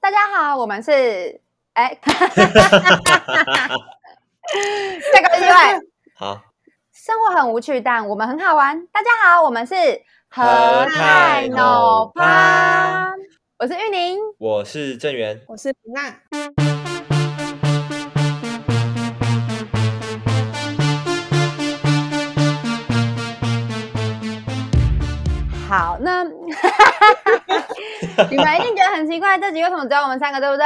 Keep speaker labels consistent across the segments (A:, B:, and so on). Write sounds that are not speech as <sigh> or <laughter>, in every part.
A: 大家好，我们是
B: <laughs>
A: 哎，下个机会，
B: 好，
A: 生活很无趣，但我们很好玩。大家好，我们是
B: 和泰
A: 诺
B: 诺
A: 趴
B: 趴，
A: 我是玉宁。
B: 我是郑源。
C: 我是不娜，
A: 好，那 <laughs> 你们一定觉得很奇怪，这集为什么只有我们三个，对不对？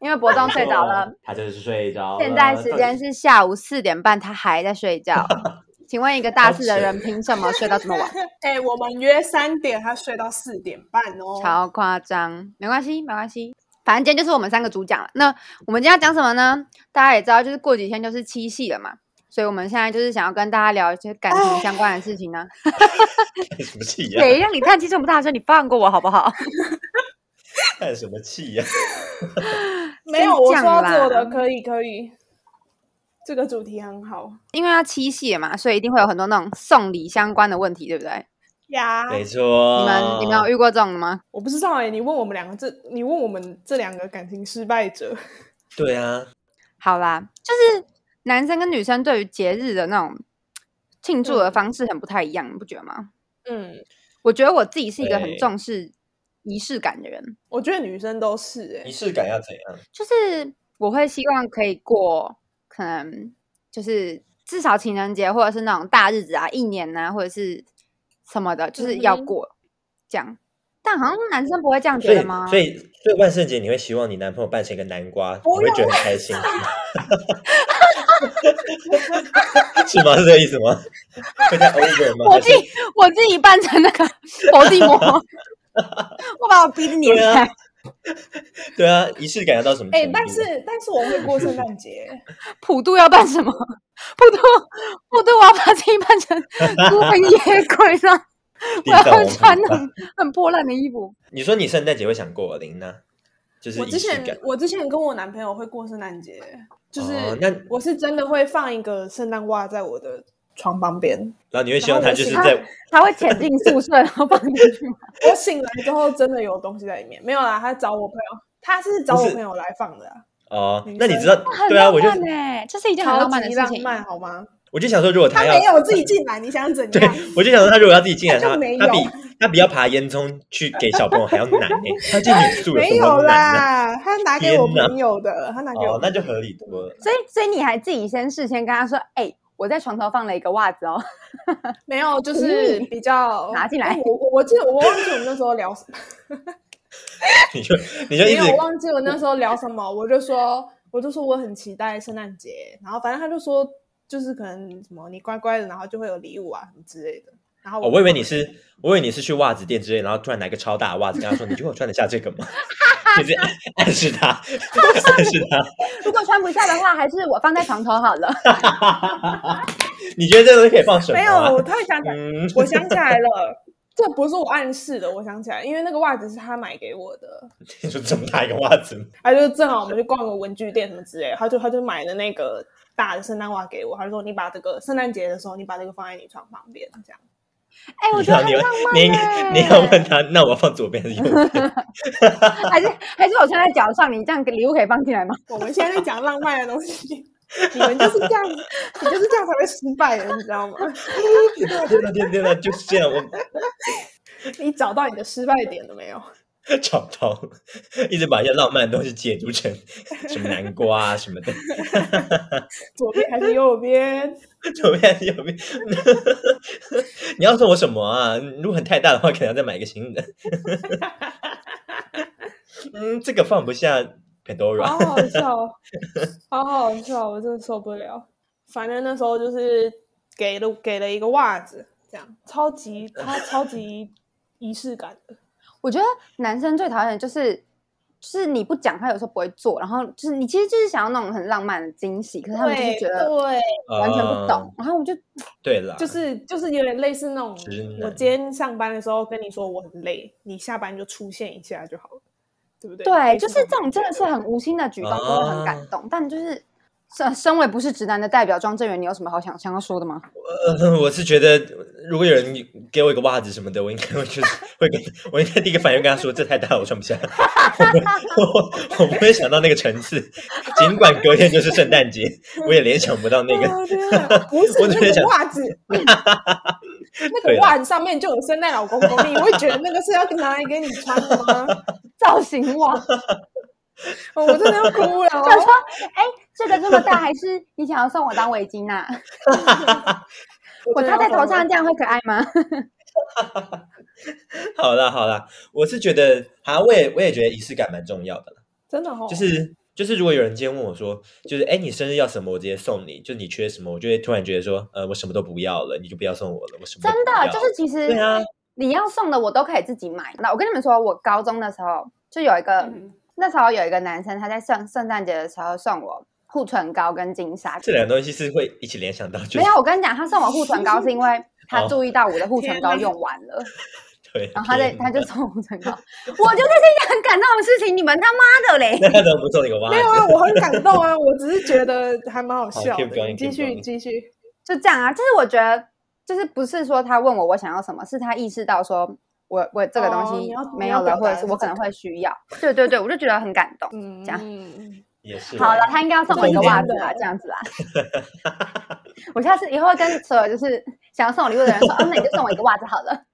A: 因为博中睡着了，，
B: 他就是睡哦着了。
A: 现在时间是下午四点半，他还在睡觉。请问一个大四的人凭什么睡到这么晚？
C: 哎、我们约三点，他睡到四点半哦。
A: 超夸张，没关系，没关系，反正今天就是我们三个主讲了。那我们今天要讲什么呢？大家也知道，就是过几天就是七夕了嘛，所以我们现在就是想要跟大家聊一些感情相关的事情
C: <laughs>
A: 呢、
B: 叹什么气呀？
C: 啊
A: 谁让你叹气这么大声？你放过我好不好？ <laughs>
B: 叹什么气呀？
C: 没有，我
A: 先
C: 说
A: 讲啦
C: 做的可以可以，这个主题很好
A: 因为要七夕了嘛，所以一定会有很多那种送礼相关的问题，对不对？
C: 啊呀。
B: 没错，
A: 你们你们有遇过这种的吗？
C: 我不知道哎、你问我们两个这，你问我们这两个感情失败者，
B: 对啊，
A: 好啦，就是男生跟女生对于节日的那种庆祝的
C: 嗯
A: 方式很不太一样，你不觉得吗？
C: 嗯，
A: 我觉得我自己是一个很
B: 对
A: 重视仪式感的人，
C: <laughs> 我觉得女生都是哎、
B: 仪式感要怎样？
A: 就是我会希望可以过，可能就是至少情人节或者是那种大日子啊，一年啊，或者是什么的，就是要
C: 嗯哼
A: 过、这样。但好像男生不会这样
B: 所
A: 觉
B: 以
A: 得吗？
B: 所以所以万圣节你会希望你男朋友扮成一个南瓜，你
C: 不
B: 会
C: 用
B: 觉得很开心， <laughs> 是吗？是这个意思吗？会在 over 吗？
A: 我自己我自己扮成那个伏
B: <laughs>
A: 地魔，我把我逼着你
B: 对啊
A: 来，
B: 还是对啊，仪式感要到什么
C: 哎、
B: 程度？
C: 但是但是我会过圣诞
B: <laughs>
C: 节，
A: 普渡要扮什么？普渡普渡，我要把自己扮成孤魂野鬼呢？我
B: 地藏
A: 要
B: 王菩
A: 穿
B: 萨
A: 很很破烂的衣服。
B: 你说你圣诞节会想过林呢？就是
C: 我
B: 仪
C: 之
B: 式感
C: 前。我之前跟我男朋友会过圣诞节，就是、
B: 哦那
C: 我是真的会放一个圣诞袜在我的床旁边，
B: 然后你会希望他就是
C: 然
A: 后我
B: 在
A: 他会潜进宿舍，然后放进去吗？
C: 我醒来之后真的有东西在里面，没有啦，他找我朋友，他是找我朋友来放的、啊，
B: 哦
C: 女，
B: 那你
C: 生
B: 知道对啊，我就
A: 哎，这是一件很
C: 超
A: 浪漫的
C: 级
A: 事
C: 浪
A: 情。
C: 漫好吗？
B: 我就想说，如果
C: 他
B: 要
C: 没有自己进来，你想怎
B: 对
C: 样？，
B: 我就想说他如果要自己进来，
C: 他就
B: 他
C: 没
B: 他
C: 有
B: 比他比要爬烟囱去给小朋友还要难呢、
C: <laughs>
B: 他进女宿
C: 没
B: 什
C: 有
B: 么难呢、
C: 啦，他拿给我
B: 天哪
C: 朋友的，他拿给
B: 哦，
C: 我朋
B: 那
C: 友
B: 就合理多了。 <laughs>
A: 所以，所以你还自己先事先跟他说，哎、我在床头放了一个袜子哦，
C: 没有，就是比较
A: 嗯 <laughs> 拿进来
C: 哎我我我记得我忘记我们那时候聊什么，
B: 你就你就
C: 没
B: 一
C: 有
B: 直
C: 我忘记我那时候聊什么，我就说我就说我很期待圣诞节，然后反正他就说就是可能什么你乖乖的，然后就会有礼物啊什么之类的。然后
B: 哦，我以为你是我以为你是去袜子店之类，然后突然拿一个超大的袜子跟他说：“你觉得我穿得下这个吗？” <laughs> 就是暗示他，暗示他，
A: 如果穿不下的话，还是我放在床头好
B: <laughs>
A: 了。
B: 你觉得这个东西可以放什么、
C: 没有，
B: 啊？
C: 我突然想起来，
B: 嗯，
C: <laughs> 我想起来了，这不是我暗示的，我想起来，因为那个袜子是他买给我的，
B: 你说这么大一个袜子吗，
C: 他就正好我们去逛个文具店什么之类的，他就他就买了那个大的圣诞袜给我，他就说你把这个圣诞节的时候，你把这个放在你床旁边，这样。
A: 哎、我
B: 你
A: 觉得
B: 要
A: 很
B: 你要
A: 浪漫、
B: 你
A: 欸。
B: 应该你要问他，那我要放左边还是右
C: <laughs>
B: 边？ <laughs>
A: 还是还是我穿在脚上，你这样礼物可以放进来吗？
C: 我们现在在讲浪漫的东西， <laughs> 你们就是这样，你就是这样才会失败的，你知道吗？ <laughs>
B: 天哪，天哪，天哪，就是这样，我
C: 你找到你的失败点了没有？ <laughs>
B: <laughs> 找到，一直把一些浪漫的东西解读成什么南瓜啊什么的，
C: 左边还是右边？
B: 左边还是右边？ <laughs> 你要送我什么啊？如果很太大的话，可能要再买一个新的。 <laughs> 嗯，这个放不下 Pandora，、
C: 好好笑哦，好好笑，我真的受不了。反正那时候就是给了给了一个袜子，这样超级超超级仪式感的。
A: <laughs> 我觉得男生最讨厌的就是，就是你不讲，他有时候不会做，然后就是你其实就是想要那种很浪漫的惊喜，可是 <laughs> 他们就是觉得
C: 对，
A: 哦完全不
B: 啊
A: 懂，。然后我就
B: 对啦，
C: 就是就是有点类似那种
B: 直，男
C: 我今天上班的时候跟你说我很累，你下班就出现一下就好了，对不对？
A: 对，
C: 类似
A: 就是这
C: 种
A: 种真的
C: 感
A: 是
C: 觉
A: 很无心的举动，都会很感
B: 啊
A: 动，但就是身身为不是直男的代表庄正元，你有什么好想想要说的吗？
B: 呃， <laughs> 我是觉得，如果有人给我一个袜子什么的，我应该 <laughs> 会就是会跟，我应该第一个反应跟他说这太大了，我穿不下。 <laughs> 我我我不会想到那个层次，尽管隔天就是圣诞节，我也联想不到 <laughs> 那个。
C: 哦天啊不是
B: 我只是
C: 那个
B: 想
C: 袜子，
B: <laughs>
C: 那
B: 对
C: 个
B: 啦
C: 袜子上面就有圣诞老公公，你会觉得那个是要拿来给你穿的吗？ <laughs>
A: 造型哇，
C: 哦我真的要
A: <laughs>
C: 哭了
A: 他说
C: 哦！：“
A: 哎、这个这么大，还是你想要送我当围巾呐、我
C: 真的
A: 套在
C: 要哭
A: 头
C: 了
A: 上，这样会可爱吗？ <laughs>
B: 好啦好啦，我是觉得，啊，我也我也觉得仪式感蛮重要的啦。
C: 真的哦，
B: 就是就是，如果有人今天问我说，就是哎，你生日要什么，我直接送你。就你缺什么，我就会突然觉得说，呃，我什么都不要了，你就不要送我了，我什么都
A: 真
B: 不要
A: 的，就是其实
B: 对啊，
A: 你要送的我都可以自己买。那我跟你们说，我高中的时候就有一个，
B: 呃 <laughs>
C: 嗯
A: 那时候有一个男生，他在圣圣诞节的时候送我护唇膏跟金沙。
B: 这两个东西是会一起联想到，就是
A: 没有，我跟你讲，他送我护唇膏是因为他
B: 哦
A: 注意到我的护唇
C: 天
A: 膏
C: 哪
A: 用完了，
B: 对，
A: 然后啊他在
B: 天
A: 他就
B: 哪
A: 送我护唇膏。我觉得这是一件很感动的事情，你们他妈的嘞！
B: 那 <laughs> 他怎么不送你个袜
C: 没有
B: 子？
C: 啊，我很感动啊，我只是觉得还蛮好笑
B: 好，keep going，
C: 的。继
B: keep
C: 续
B: going
C: 继续，
A: 就这样啊，就是我觉得，就是不是说他问我我想要什么，是他意识到说我我这个东
C: 哦你
A: 西
C: 要
A: 没
C: 你
A: 有
C: 要
A: 了，
C: 表
A: 或
C: 达
A: 者
C: 的
A: 是
C: 是
A: 我可能会需要。对对对，我就觉得很感动。
C: 嗯，
A: 这样
B: 也 <laughs> 是啊
A: 好
B: 啦
A: 了，他应该要送我一个袜子啦，
C: 真的
A: 这样子啦。
B: <laughs>
A: 我下次以后会跟所有就是想要送我礼物的人说，哦，那你就送我一个袜子好了。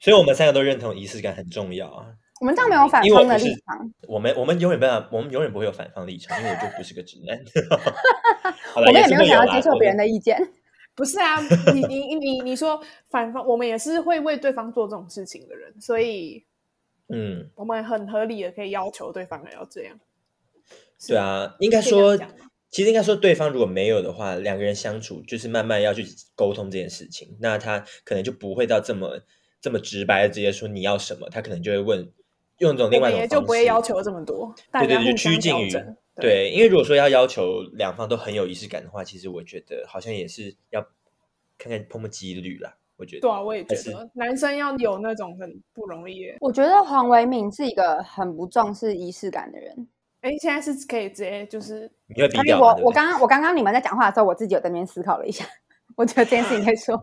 B: 所以我们三个都认同仪式感很重要啊。
A: 我们这样没有反
B: 因为
A: 方
B: 我不
A: 的
B: 是
A: 立场，
B: 我们我们永远没办法，我们永远不会有反方立场，因为我就不是个直男。 <laughs> 好
A: 我
B: 啦
A: 们也没
B: 是
A: 有
B: 会
A: 想
B: 啦
A: 要接受
B: 我
A: 别人
B: 们
A: 的意见。 <laughs>
C: 不是啊，你你你你说反方，我们也是会为对方做这种事情的人，所以
B: 嗯，
C: 我们很合理的可以要求对方要这样。
B: 对啊，应该
C: 可以这样
B: 说
C: 讲吗，
B: 其实应该说，对方如果没有的话，两个人相处就是慢慢要去沟通这件事情，那他可能就不会到这么这么直白的直接说你要什么，他可能就会问用一种
C: 我
B: 另外
C: 们
B: 一种方式，
C: 也就不会要求这么多，大
B: 对
C: 家
B: 对对，就
C: 互相
B: 趋近
C: 调
B: 于
C: 整。
B: 对，因为如果说要要求两方都很有仪式感的话，其实我觉得好像也是要看看碰碰几率啦。我觉得
C: 对啊，我也觉
B: 还是
C: 得男生要有那种很不容易耶。
A: 我觉得黄维敏是一个很不重视仪式感的人。
C: 哎，现在是可以直接就是
B: 你会比
A: 所以
B: 较
A: 我我刚刚我刚刚你们在讲话的时候，我自己有在那边思考了一下，我觉得这件事情可以说，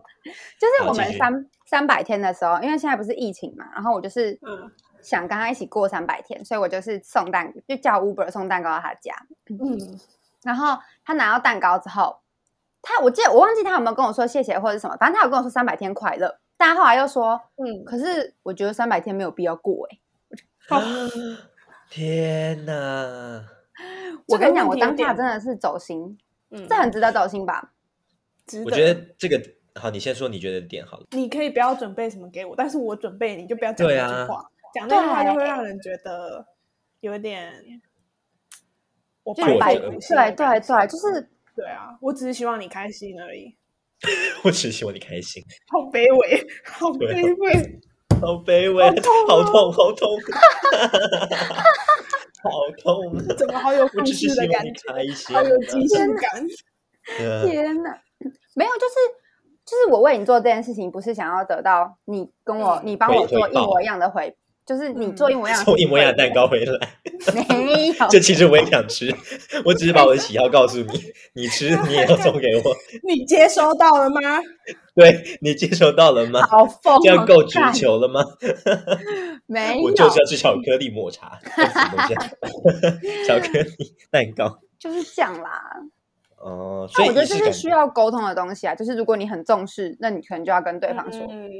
A: 就是
B: 好
A: 我
B: 继
A: 们
B: 续
A: 三三百天的时候，因为现在不是疫情嘛，然后我就是
C: 嗯
A: 想跟他一起过三百天，所以我就是送蛋，就叫 Uber 送蛋糕到他家，
C: 嗯，
A: 然后他拿到蛋糕之后，他我记得我忘记他有没有跟我说谢谢或者是什么，反正他有跟我说三百天快乐，但他后来又说，
C: 嗯
A: 可是我觉得三百天没有必要过、欸，
B: 啊天哪！
A: 我
C: 这
A: 跟你
C: 个
A: 讲，
C: 问
A: 我
C: 题有
A: 当下
C: 点
A: 真的是走心，
C: 嗯
A: 这很值得走心吧？
C: 值
B: 我
C: 得
B: 觉得这个好，你先说你觉得的点好了。
C: 你可以不要准备什么给我，但是我准备你就不要讲
B: 对
C: 那
B: 啊
C: 句话，讲那句话就会
A: 对啊
C: 让人觉得有点我
A: 就
B: 白
A: 是
B: 白
A: 白
B: 得
C: 苦心的
A: 对对
C: 感觉
A: 对，就是
C: 对啊，我只是希望你开心而已，
B: 我只希望你开心。
C: 好卑微，好
B: 对啊
C: 卑微， <laughs>
B: 好卑微，好痛，好痛， <laughs> 好痛！
C: 怎么好有
B: 我
C: 故
B: 只是
C: 事的
B: 希望
C: 感
B: 你
C: 觉，
B: 开心。啊
C: 好有即视感，
B: 嗯
A: 天呐，没有，就是就是我为你做这件事情，不是想要得到你跟我、
C: 嗯
A: 你帮我
B: 回
A: 做
B: 回
A: 一
B: 报
A: 模一样的回，就是你做一模一
B: <laughs>
A: 样的
B: 送
A: 事
B: 一
A: 情
B: 模一样的蛋糕回来， <laughs>
A: 没有，
B: 这其实我也想吃，我只是把我的喜好告诉你，你吃你也要送给我。 <laughs>
C: 你接收到了吗？
B: 对你接收到了吗？
A: 好疯、哦，
B: 这样够直
A: 干
B: 球了吗？
A: 没有，
B: 我就是要吃巧克力抹
C: <laughs>
B: 茶，这是什么东西啊巧克力蛋糕。
A: 就是这样啦。
B: 哦，所
A: 那
B: 以
A: 我觉得
B: 仪
A: 这
B: 式
A: 是
B: 感
A: 需要沟通的东西啊，就是如果你很重视，那你可能就要跟 <laughs> 对方说，
C: 嗯，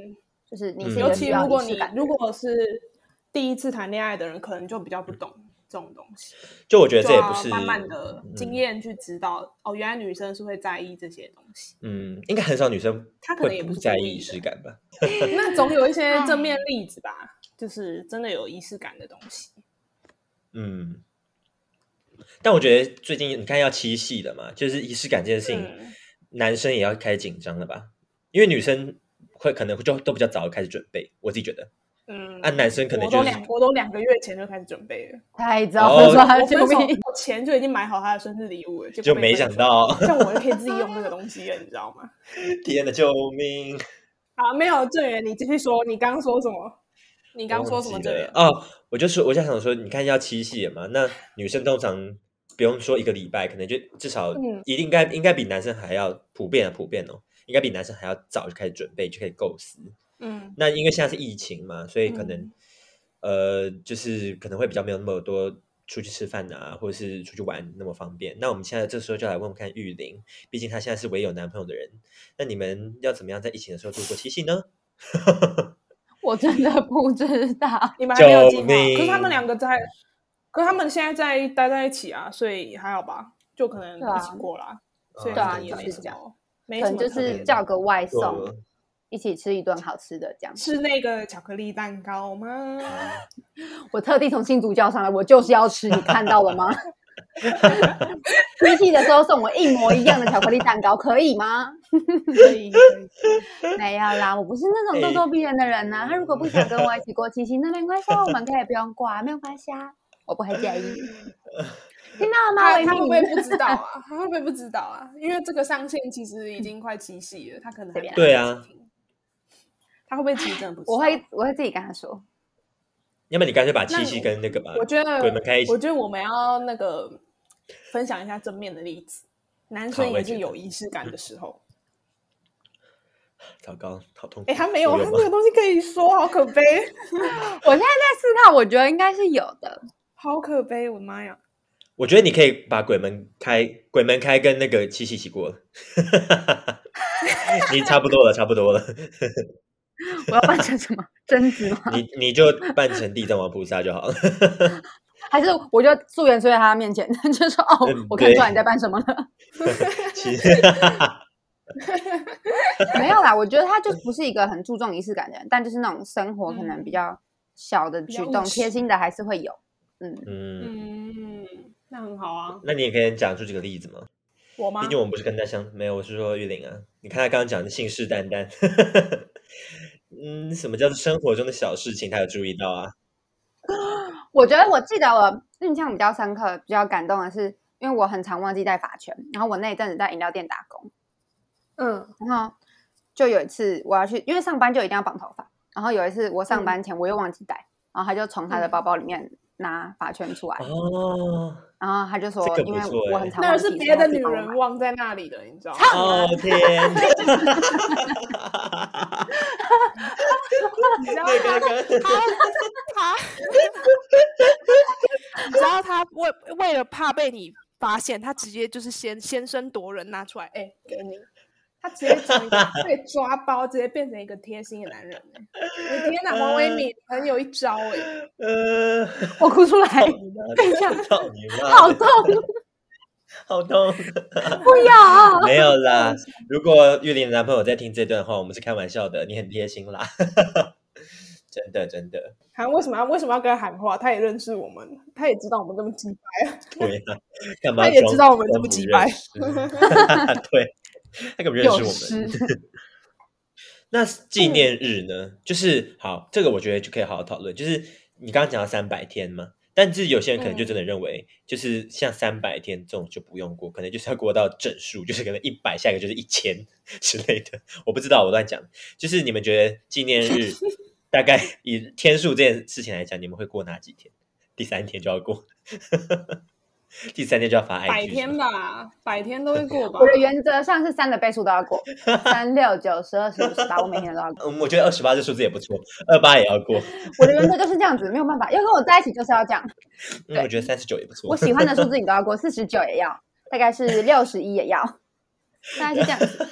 A: 就是你
B: 嗯
A: 是一
C: 尤
A: 个
C: 其
A: 需要
C: 如果
A: 仪式
C: 你
A: 感的
C: 如
A: 人。
C: 果是第一次谈恋爱的人，可能就比较不懂这种东西。
B: 就我觉得这
C: 就
B: 也
C: 要
B: 不是
C: 啊慢慢的经
B: 嗯
C: 验去知道、哦，原来女生是会在意这些东西，
B: 嗯，应该很少女生
C: 她可能
B: 会
C: 也
B: 不
C: 不是
B: 在
C: 故
B: 意
C: 意
B: 仪式
C: 的嗯
B: 感吧？
C: 那总有一些正面例子吧，就是真的有仪式感的东西。
B: 嗯，但我觉得最近你看要七夕了嘛，就是仪式感这件事情，
C: 嗯
B: 男生也要开始紧张了吧？因为女生会可能就都比较早开始准备，我自己觉得，
C: 嗯，
B: 啊，男生可能
C: 我
B: 就
C: 都
B: 是
C: 两我都两个月前就开始准备
B: <laughs>
C: 了，
A: 太早
B: 哦
A: 了，说他
C: 我
A: 救
C: 分手
A: 命！
C: 前就已经买好他的生日礼物了，结
B: 就
C: 果被
B: 没
C: 分
B: 想
C: 手，
B: 到，
C: 像我就可以自己用那个东西了，你知道吗？
B: <laughs> 天哪，救命！
C: 啊，没有郑源，你继续说，你刚刚说什么？你刚
B: 我
C: 说
B: 忘
C: 什么？啊
B: 记
C: 郑源
B: 了？哦，我就说，我就想说，你看要七夕了嘛，那女生通常不用说一个礼拜，可能就至少
C: 嗯
B: 一定应该应该比男生还要普遍啊普遍哦，应该比男生还要早就开始准备，就可以构思。
C: 嗯
B: 那因为现在是疫情嘛，所以可能、呃，就是可能会比较没有那么多出去吃饭啊，或者是出去玩那么方便。那我们现在这时候就来问问看玉玲，毕竟她现在是唯一有男朋友的人，那你们要怎么样在疫情的时候度过七夕呢？
A: 我真的不知道。
C: 你们还没有计
B: 救
C: 划，可是他
B: 命
C: 们两个在，可是他们现在在待在一起啊，所以还好吧，就可能
A: 对啊
C: 一起过啦，
B: 嗯
C: 所以
A: 对啊
C: 可能也
A: 就是
C: 没什
A: 这样
C: 么，没
A: 可
C: 什
A: 能
C: 么
A: 就
C: 特别
A: 是
B: <laughs>
C: 的
A: 叫个外
B: 对
A: 送，一起吃一顿好吃的这样。
C: 是那个巧克力蛋糕吗？
B: 嗯啊
A: 我特地从新竹叫上来，我就是要吃，你看到了吗？ <laughs> 七夕的时候送我一模一样的巧克力蛋糕，可以吗？
C: 可以，可
A: <laughs>
C: 以
A: 没有啦，我不是那种咄咄逼人的人呐、他如果不想跟我一起过七夕，那没关系啊，我们可以不用过啊，没有关系啊，我不会介意。听到了吗？
C: 他
A: 维
C: 他会不会
A: 密，
C: 不知道
A: <laughs>
C: 啊？他会不会不知道啊？因为这个上线其实已经快七夕了，他可能
A: 随便
C: 还不
B: 对
C: 知
B: 啊
C: 道，他会不会其实真的不知
A: <laughs>
C: 道？
A: 我会，我会自己跟他说。
B: 要不然你干脆把七
C: 那
B: 夕
C: 我
B: 跟那个吧，
C: 我觉得
B: 鬼门开一起
C: 我觉得我们要那个分享一下正面的例子，男生
B: 好我也
C: 也
B: 觉得
C: 是有仪式感的时候。
B: 糟糕，好痛苦。
C: 哎，他没有，
B: 我吗
C: 他没有东西可以说，好可悲， <laughs>
A: 我现在在思考，我觉得应该是有的。
C: 好可悲，我的妈呀！
B: <laughs> 我觉得你可以把鬼门开、鬼门开跟那个七夕一起过了， <laughs> 你差不多了，差不多了，
C: <laughs>
A: 我要扮成什么贞子吗？
B: 你你就扮成地藏王菩萨就好了。 <laughs>
A: 还是我就素颜睡在他面前， <laughs> 就说哦
B: 嗯，
A: 我看出来你在扮什么了。
B: <laughs> 其
A: 没有啦，我觉得他就不是一个很注重仪式感的人，但就是那种生活可能
C: 嗯
A: 比较小的
C: 比
A: 举
C: 较务
A: 动，贴
C: 实
A: 心的还是会有。嗯，
B: 嗯，
C: 嗯，那很好啊，
B: 那你也可以讲出这个例子吗？
C: 我吗
B: 毕？竟我们不是跟他相，没有，我是说玉玲啊。你看他刚刚讲的信誓旦旦， <laughs> 嗯，什么叫做生活中的小事情，他有注意到啊？
A: 我觉得我记得我印象比较深刻、比较感动的是，因为我很常忘记带发圈，然后我那一阵子在饮料店打工，
C: 嗯
A: 然后就有一次我要去，因为上班就一定要绑头发，然后有一次我上
B: 嗯
A: 班前我又忘记带，然后他就从他的
C: 嗯
A: 包包里面拿发圈出来，
B: 哦
A: 然后他就说
B: 这个，不
A: 因为
B: 错
A: 我
B: 欸
A: 很常
C: 那
A: 忘
C: 个
A: 记，
C: 是
A: 所以
C: 别
A: 他
C: 的
A: 自己
C: 女
A: 帮我买
C: 人忘在那里的，你知道吗？
B: 哦
C: <laughs>
B: 天，
C: 你知道
B: 那
C: 吗
B: 个那个，
D: 他，你知道他为为了怕被你发现，他直接就是先先声夺人拿出来，哎、给你。
C: 他直接从一个被抓包，直接变成一个贴心的男人、欸。我的天哪，黄威敏很有一招哎、
B: 呃，
A: <laughs> 我哭出来，
B: <laughs> 等一下，操你妈
A: 好痛，
B: 好
C: <laughs>
B: 痛！
A: 不要。啊
B: 没有啦，如果玉林的男朋友在听这段话，我们是开玩笑的，你很贴心啦， <laughs> 真的真的，
C: 喊为什么要为什么要跟他喊话？他也认识我们，他也知道我们这么鸡掰，
B: 对呀、干嘛
C: 他
B: 装？
C: 也知道我们这么
B: 装
C: 鸡
B: 不
C: 掰
B: 认。识 <laughs> 对，他根本认识我们。
A: 失。
B: 那
C: 嗯
B: 纪念日呢？就是好，这个我觉得就可以好好讨论。就是你刚刚讲到三百天嘛，但是有些人可能就真
C: 嗯
B: 的认为，就是像三百天这种就不用过，可能就是要过到整数，就是可能一百，下一个就是一千 <laughs> 之类的。我不知道，我乱讲。就是你们觉得纪念
C: <laughs>
B: 日大概以天数这件事情来讲，你们会过哪几天？第三天就要过， <laughs> 第三天就要发爱
C: 百天吧，百天都会过吧
A: 我。的原则上是三的倍数都要
B: <laughs>
A: 过，三六九十二十五十八，我每天都要过。
B: 嗯，我觉得二十八这数字也不错，二八也要过。
A: 我的原则就是这样子，没有办法，要跟我在一起就是要这样。
B: 嗯，我觉得三十九也不错。
A: 我喜欢的数字你都要过，四十九也要，大概是六十一也要，大概是这样
B: <laughs>
A: 子。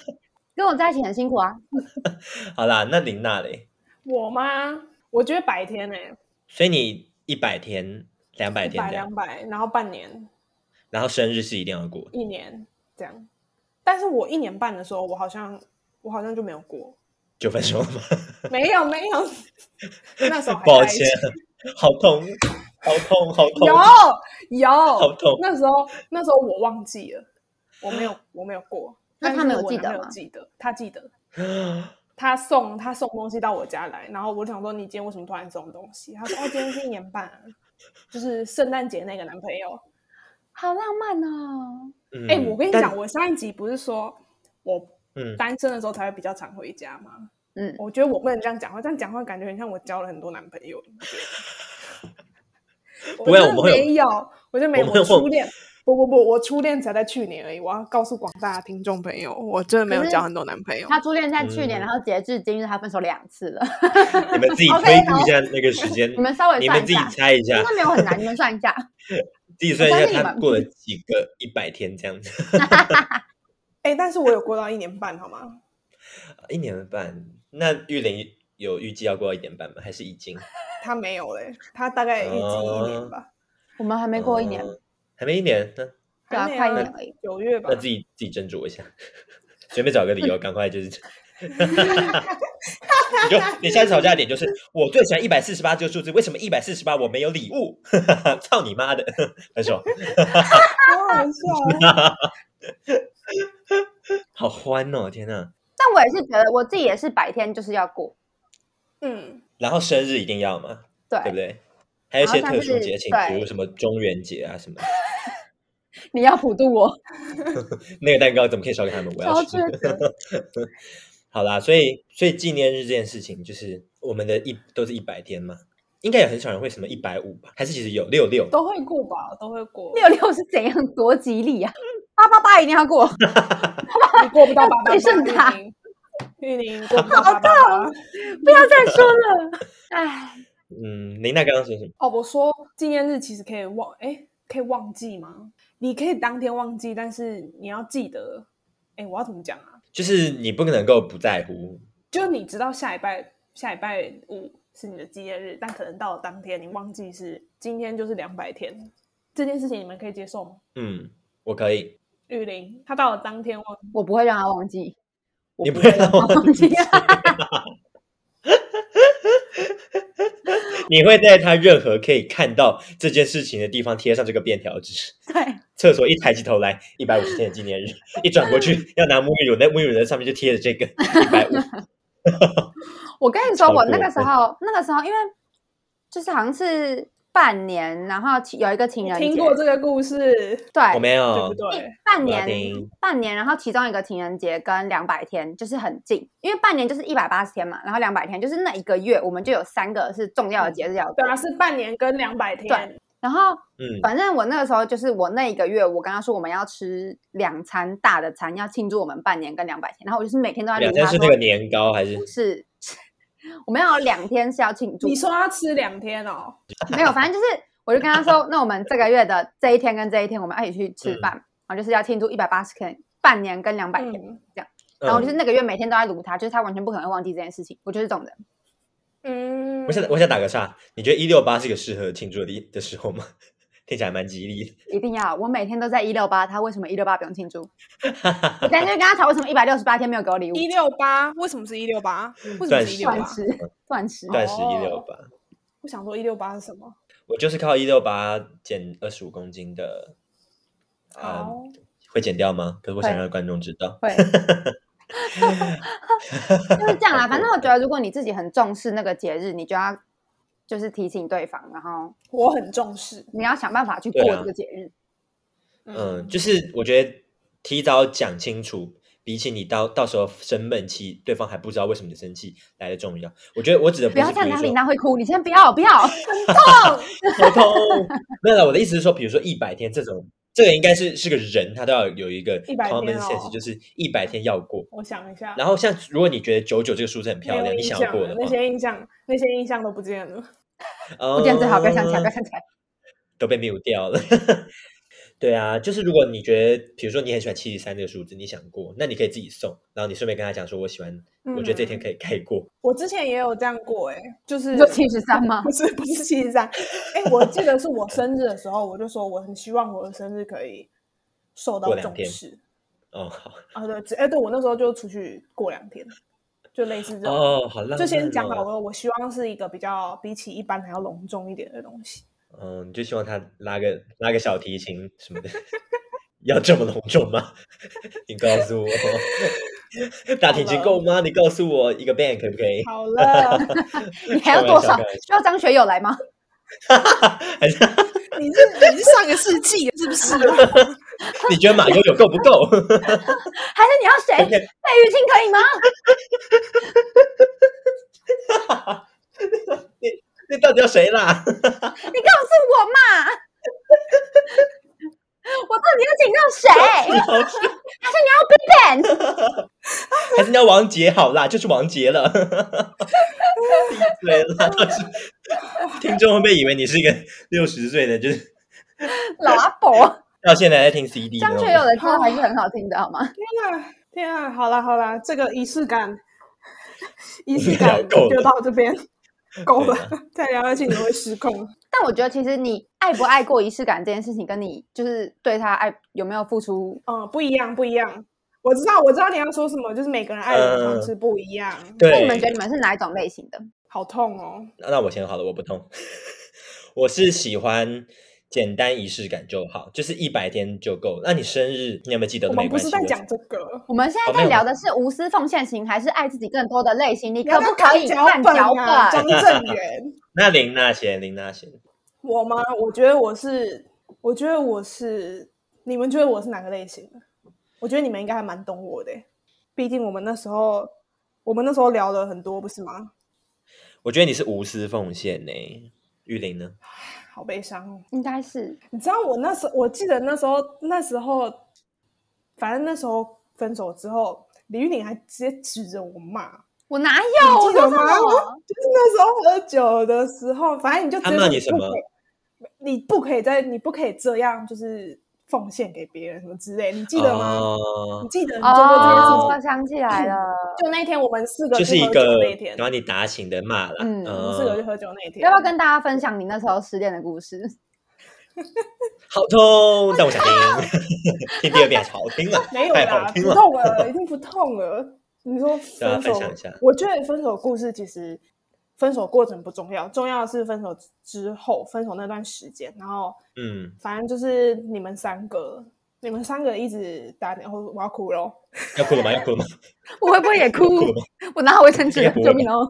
A: 跟我在一起很辛苦啊，
B: 好啦，那林娜嘞？
C: 我吗？我觉得百天哎、欸，
B: 所以你一百天、两百
C: 一
B: 天
C: 百
B: 这样，
C: 两百，然后半年、
B: 然后生日是一定要过的。
C: 一年这样。但是我一年半的时候，我好像我好像就没有过，
B: 九分熟了吗？
C: 没有没有， <laughs> 那时候
B: <laughs>
C: 还
B: 抱
C: 在一起
B: 歉，好痛，好痛，好痛，
C: 有有，
B: 好痛
C: 那时候那时候我忘记了，我没有我没有过。
A: 那
C: 但
A: 他
C: 是
A: 们有
C: 我
A: 记
C: 男
A: 得
C: 朋友
A: 吗
C: 记得，他记得。
B: 嗯
C: 他送他送东西到我家来，然后我想说你今天为什么突然送东西？他说哦，今天是一年半啊、 <laughs> 就是圣诞节那个男朋友。
A: 好浪漫哦。
B: 嗯
C: 哎、我跟你，讲，
B: 但
C: 我上一集不是说我
B: 嗯，
C: 单身的时候才会比较常回家吗？
A: 嗯，
C: 我觉得我不能这样讲话，这样讲话感觉很像我交了很多男朋友。
B: 不会
C: 真
B: 我
C: 的
B: 们会有
C: 没有，我就没
B: 我们会有
C: 初恋，不不不，我初恋才在去年而已。我要告诉广大的听众朋友，我真的没有
A: 可是
C: 交很多男朋友。
A: 他初恋在去年，
B: 嗯
A: 然后截至今日，他分手两次了。
B: 你们自己
A: <laughs> OK，
B: 推估一下那个时间，
A: <laughs> 你们稍微
B: 你
A: 算
B: 们
A: 一
B: 自己
A: 下
B: 猜一下
A: 应，该没有很难，你们算一下。
B: 自己算一
A: 我
B: 下
A: 相信你
B: 他
A: 们
B: 过了几个一百天这样子， <laughs>
C: 哎、但是我有过到一年半，好吗？
B: 一年半。那玉玲有预计要过一年半吗？还是已经
C: 他没有嘞，他大概预计一年吧，
A: <laughs> 我们还没过一年，
B: 哦还没一年？那
A: 对啊，
C: 还
A: 快一
C: 没啊
A: 年而已。
C: 九月吧
B: 那。自己自己斟酌一下，随便找个理由，赶快就是。 <laughs> 你就你现在吵架的点就是，我最喜欢一百四十八这个数字，为什么一百四十八我没有礼物？ <laughs> 操你妈的，分手，
C: 好好 <laughs> 笑啊！
B: 好欢哦，天哪！
A: 但我也是觉得我自己也是白天就是要过，
C: 嗯，
B: 然后生日一定要嘛，
A: 对，
B: 对不对？还有一些
A: 然后
B: 特
A: 像
B: 殊
A: 是
B: 节庆，
A: 对
B: 比如什么中元节啊什么，
A: 你要普渡我，
B: 那个蛋糕怎么可以烧给他们？我要
A: 超
B: 吃
A: 缺。德。
B: 好啦，所以所以纪念日这件事情，就是我们的一都是一百天嘛，应该也很少人会什么一百五吧？还是其实有六六？
C: 都会过吧，都会过。
A: 六六是怎样多吉利啊？八八八一定要 <laughs> 过，
C: 你过不到八
A: 要
C: 八
A: 对胜
C: 八
A: 他
C: 玉宁，玉宁过不到八八八。
A: 不要再说了。唉，
B: 嗯，林娜刚刚说什么？
C: 哦，我说纪念日其实可以忘，哎，可以忘记吗？你可以当天忘记，但是你要记得，哎，我要怎么讲啊？
B: 就是你不能够不在乎，
C: 就你知道下礼拜下礼拜五是你的纪念日，但可能到了当天你忘记是今天就是两百天这件事情，你们可以接受吗？
B: 嗯，我可以，
C: 玉玲，她到了当天忘记，
A: 我不会让他忘记，
B: 你不会让我 <laughs>
A: 忘记。
B: 你会在他任何可以看到这件事情的地方贴上这个便条纸。
A: <laughs> 对，
B: <laughs> 厕所一抬起头来，一百五十天的纪念日， <laughs> 一转过去要拿沐浴乳，那沐浴乳的上面就贴着这个一百五。
A: 我跟你说，
B: 超
A: 我
B: 过
A: 那个时
B: 分
A: 候，那个时候因为就是好像是半年，然后情有一个情人节，
C: 听过这个故事，
B: 我
A: 对，
B: 没
C: 对
B: 有
C: 不，对？
A: 半
B: 我要
A: 年
B: 听，
A: 半年，然后其中一个情人节跟两百天就是很近，因为半年就是一百八十天嘛，然后两百天就是那一个月，我们就有三个是重要的节日要过
C: 对。啊，是半年跟两百天
A: 对，然后
B: 嗯，
A: 反正我那个时候就是我那一个月，我跟他说我们要吃两餐大的餐，要庆祝我们半年跟两百天，然后我就是每天都在
B: 两
A: 理
B: 三
A: 他
B: 是
A: 说
B: 那个年糕还是？
A: 是。 <laughs> 我们要有两天是要庆祝
C: 你，说要吃两天哦，
A: <laughs> 没有，反正就是我就跟他说，那我们这个月的这一天跟这一天，我们要一起去吃
B: 嗯
A: 饭，然后就是要庆祝一百八十天半年跟两百天，
C: 嗯
A: 然后我就是
B: 嗯
A: 那个月每天都在撸他，就是他完全不可能会忘记这件事情。我就是这种人，
C: 嗯
B: 我想我想打个岔，你觉得一六八是个适合庆祝的的时候吗？ <laughs> 听起来蛮吉利
A: 一定要我每天都在一六八，他为什么一六八不用
B: <laughs>
A: 庆祝？我
B: 的，
A: 但是跟他吵，为什么一百六十八天没有给我礼物？
D: 一六八为什么是一六八？为什么
B: 断
D: 是一
B: 食
D: 六
A: 断
D: 八？
A: 吃，断
B: <laughs>
A: 吃。
B: 断食一六八，
C: 我想说一六八是什么？
B: 我就是靠一六八减二十五公斤的，啊、
C: 好，
B: 会减掉吗？可是我想
A: 会
B: 让观众知道，
A: 会，就是这样啊
B: <laughs>
A: 啦。反正我觉得，如果你自己很重视那个节日，你就要就是提醒对方，然后
C: 我很重视，
A: 你要想办法去
B: 对
A: 过
B: 啊
A: 这个节日。
B: 嗯，就是我觉得提早讲清楚，比起你到到时候生闷气，对方还不知道为什么你生气来的重要。我觉得我指的
A: 不要
B: 是
A: 这样，
B: 比如
A: 哪里
B: 说
A: 娜会哭？你先不要，不要。
B: 嗯 <laughs> 头痛，没有啦，我的意思是说，比如说一百天这种，这个应该是是个人，他都要有一个
C: 100
B: common
C: 天
B: sense，
C: 哦
B: 就是一百天要过。
C: 我想一下，
B: 然后像如果你觉得九九这个数字很漂
C: 没
B: 亮，
C: 有
B: 你
C: 印
B: 想
C: 象
B: 要过的
C: 了那
B: 话，
C: 些印象，那些印象都不见了。
A: 不见最好，不要想起来，不要
B: 嗯
A: 想起来。
B: 都被 mute 掉了。 <laughs> 对啊，就是如果你觉得，比如说你很喜欢七十三这个数字，你想过，那你可以自己送，然后你顺便跟他讲说，我喜欢，
C: 嗯
B: 我觉得这天可以可以过。
C: 我之前也有这样过、欸，哎，就是
A: 你说七十三吗
C: <laughs> 不？是不是七十三，哎，我记得是我生日的时候，我就说我很希望我的生日可以受到
B: 过两
C: 重
B: 天
C: 视
B: 哦，好，
C: 啊，对，只哎，对我那时候就出去过两天，就类似这种，
B: 哦，好浪漫、哦。
C: 就先讲好了，我希望是一个比较比起一般还要隆重一点的东西。
B: 嗯，就希望他拉个拉个小提琴什么的， <laughs> 要这么隆重吗？ <laughs> 你告诉我， <laughs> 大提琴
C: 好了
B: 够吗？你告诉我一个 band 可不可
C: <laughs>
B: 以？
C: 好
B: <laughs>
C: 了，
A: 你还要
B: 开玩
A: 多
B: 笑
A: 少
B: 开玩？
A: 需要张学友来吗？
B: 还是
D: 你是你是上个世纪的，是不是啊？
B: 你觉得马友友够不够
A: 还是你要
B: <laughs>
A: 谁？费
C: 哎
B: ？OK，
A: 玉清可以吗？
B: 那到底要谁啦？
A: <laughs> 你告诉我嘛！我谁？
B: <laughs>
C: 哎
A: 他说你要 Big Bang，
B: 还是叫王杰好啦， <laughs> 就是王杰
C: <laughs>
B: 了。闭嘴啦！到时听众会不会以为你是一个六十岁的，就是
A: 老阿伯。
B: 到现在还在听 CD 的那
A: 张
B: 种？
A: 学友的
B: <laughs>
A: 歌还是很好听的，好吗？
C: 天啊， <laughs> 天啊！好啦好啦，这个仪式感，仪式
B: 聊
C: 感
B: 够
C: 就
B: 了
C: 到
B: <laughs>
C: 这边够了
B: 对，啊
C: 再聊下去你会失控。
A: 但我觉得其实你爱不爱过仪式感这件事情，跟你就是对他爱有没有付出，
C: 嗯，不一样，不一样。我知道，我知道你要说什么，就是每个人爱的方式不一样。
A: 那你们
B: 呃对
A: 觉，得你们是哪一种类型的？
C: 好痛哦！
B: 那那我先好了，我不痛。 <laughs> 我是喜欢简单仪式感就好，就是一百天就够。那你生日你有没有记得
C: 我
B: 都没
C: 们不
B: 关
C: 是
B: 系。
C: 在
B: 我
C: 讲这个，
A: 我们现在
B: 哦没
A: 在
B: 有
A: 聊的是无私奉献型，还是爱自己更多的类型？你
C: 你
A: 可
C: 要
A: 不
C: 要
A: 可以
C: 脚
A: 看
C: 本
A: 脚
C: 啊，
A: 本
C: 张？正元。
B: 那林那贤，林那贤，
C: 我吗？我觉得我是，我觉得我是，你们觉得我是哪个类型的？我觉得你们应该还蛮懂我的欸，毕竟我们那时候，我们那时候聊了很多，不是吗？
B: 我觉得你是无私奉献呢、玉玲呢？
C: 好悲伤哦！
A: 应该是
C: 你知道我那时候，我记得那时候，那时候，反正那时候分手之后，李玉玲还直接指着我骂，
A: 我哪有？我
C: 你记得
A: 说什
C: 吗？
A: 么？
C: 就是那时候喝酒的时候，反正你就直
B: 他
C: 接
B: 骂
C: 说
B: 你什
C: 不
B: 么
C: 可以？你不可以再，你不可以这样，就是奉献给别人什么之类，你记得吗？
B: 哦
C: 你记得你做过这件事情？
A: 哦，我想起来了，
C: 就那一天我们四个
B: 就是
C: 去
B: 一
C: 喝酒
B: 个
C: 那一天，
B: 把你打醒的骂啦。
A: 嗯
C: 我们四个去
B: 嗯，
C: 喝酒那一天，
A: 要不要跟大家分享你那时候失恋的故事？ <laughs>
B: 好痛，但我想
C: <laughs>
B: 听，听第二遍好听了，
C: 没有
B: 太好
C: 啦，
B: 听
C: 不
B: 了。
C: 痛了，已经不痛了。你说
B: <laughs> 大家
C: 分
B: 分
C: 手
B: 享一下，
C: 我觉得分手故事其实分手过程不重要，重要的是分手之后，分手那段时间，然后
B: 嗯，
C: 反正就是你们三个，你们三个一直打电话，我要哭喽。
B: 要哭了吗？要哭了吗？
A: 我会不会也哭
B: 哭了吗？
A: 我拿好卫生纸
B: 应该
A: 了，
B: 不会
A: 救命哦！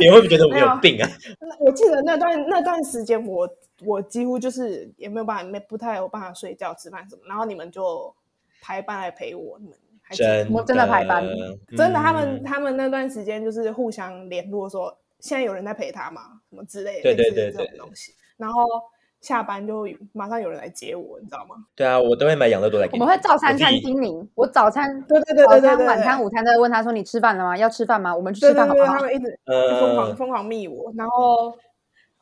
B: 你会不会觉得我们
C: 没
B: 有
C: 有 <laughs>
B: 病啊？
C: 那我记得那段那段时间我，我几乎就是也没有办法，没不太有办法睡觉、吃饭什么。然后你们就排班来陪我，你们还记得
B: 真
C: 吗
A: 我真的排班
C: 真的，他们
B: 嗯
C: 他们那段时间就是互相联络说，现在有人在陪他吗？什么之类的，
B: 对对
C: 类似
B: 对
C: 这种
B: 对
C: 东西。然后下班就马上有人来接我，你知道吗？
B: 对啊，我都会买养乐多来给
A: 我
B: 你。
A: 们会照三餐
B: 我自己
A: 叮咛，我早餐、
C: 对对对对
A: 早
C: 对
A: 餐、
C: 对，
A: 晚餐、
C: 对
A: 午餐都会问他说：“你吃饭了吗？要吃饭吗？我们去
C: 对
A: 吃
C: 对
A: 饭好
C: 对，
A: 不
C: 对
A: 好
C: 他们一直
B: 呃
C: 疯狂疯狂密我，然后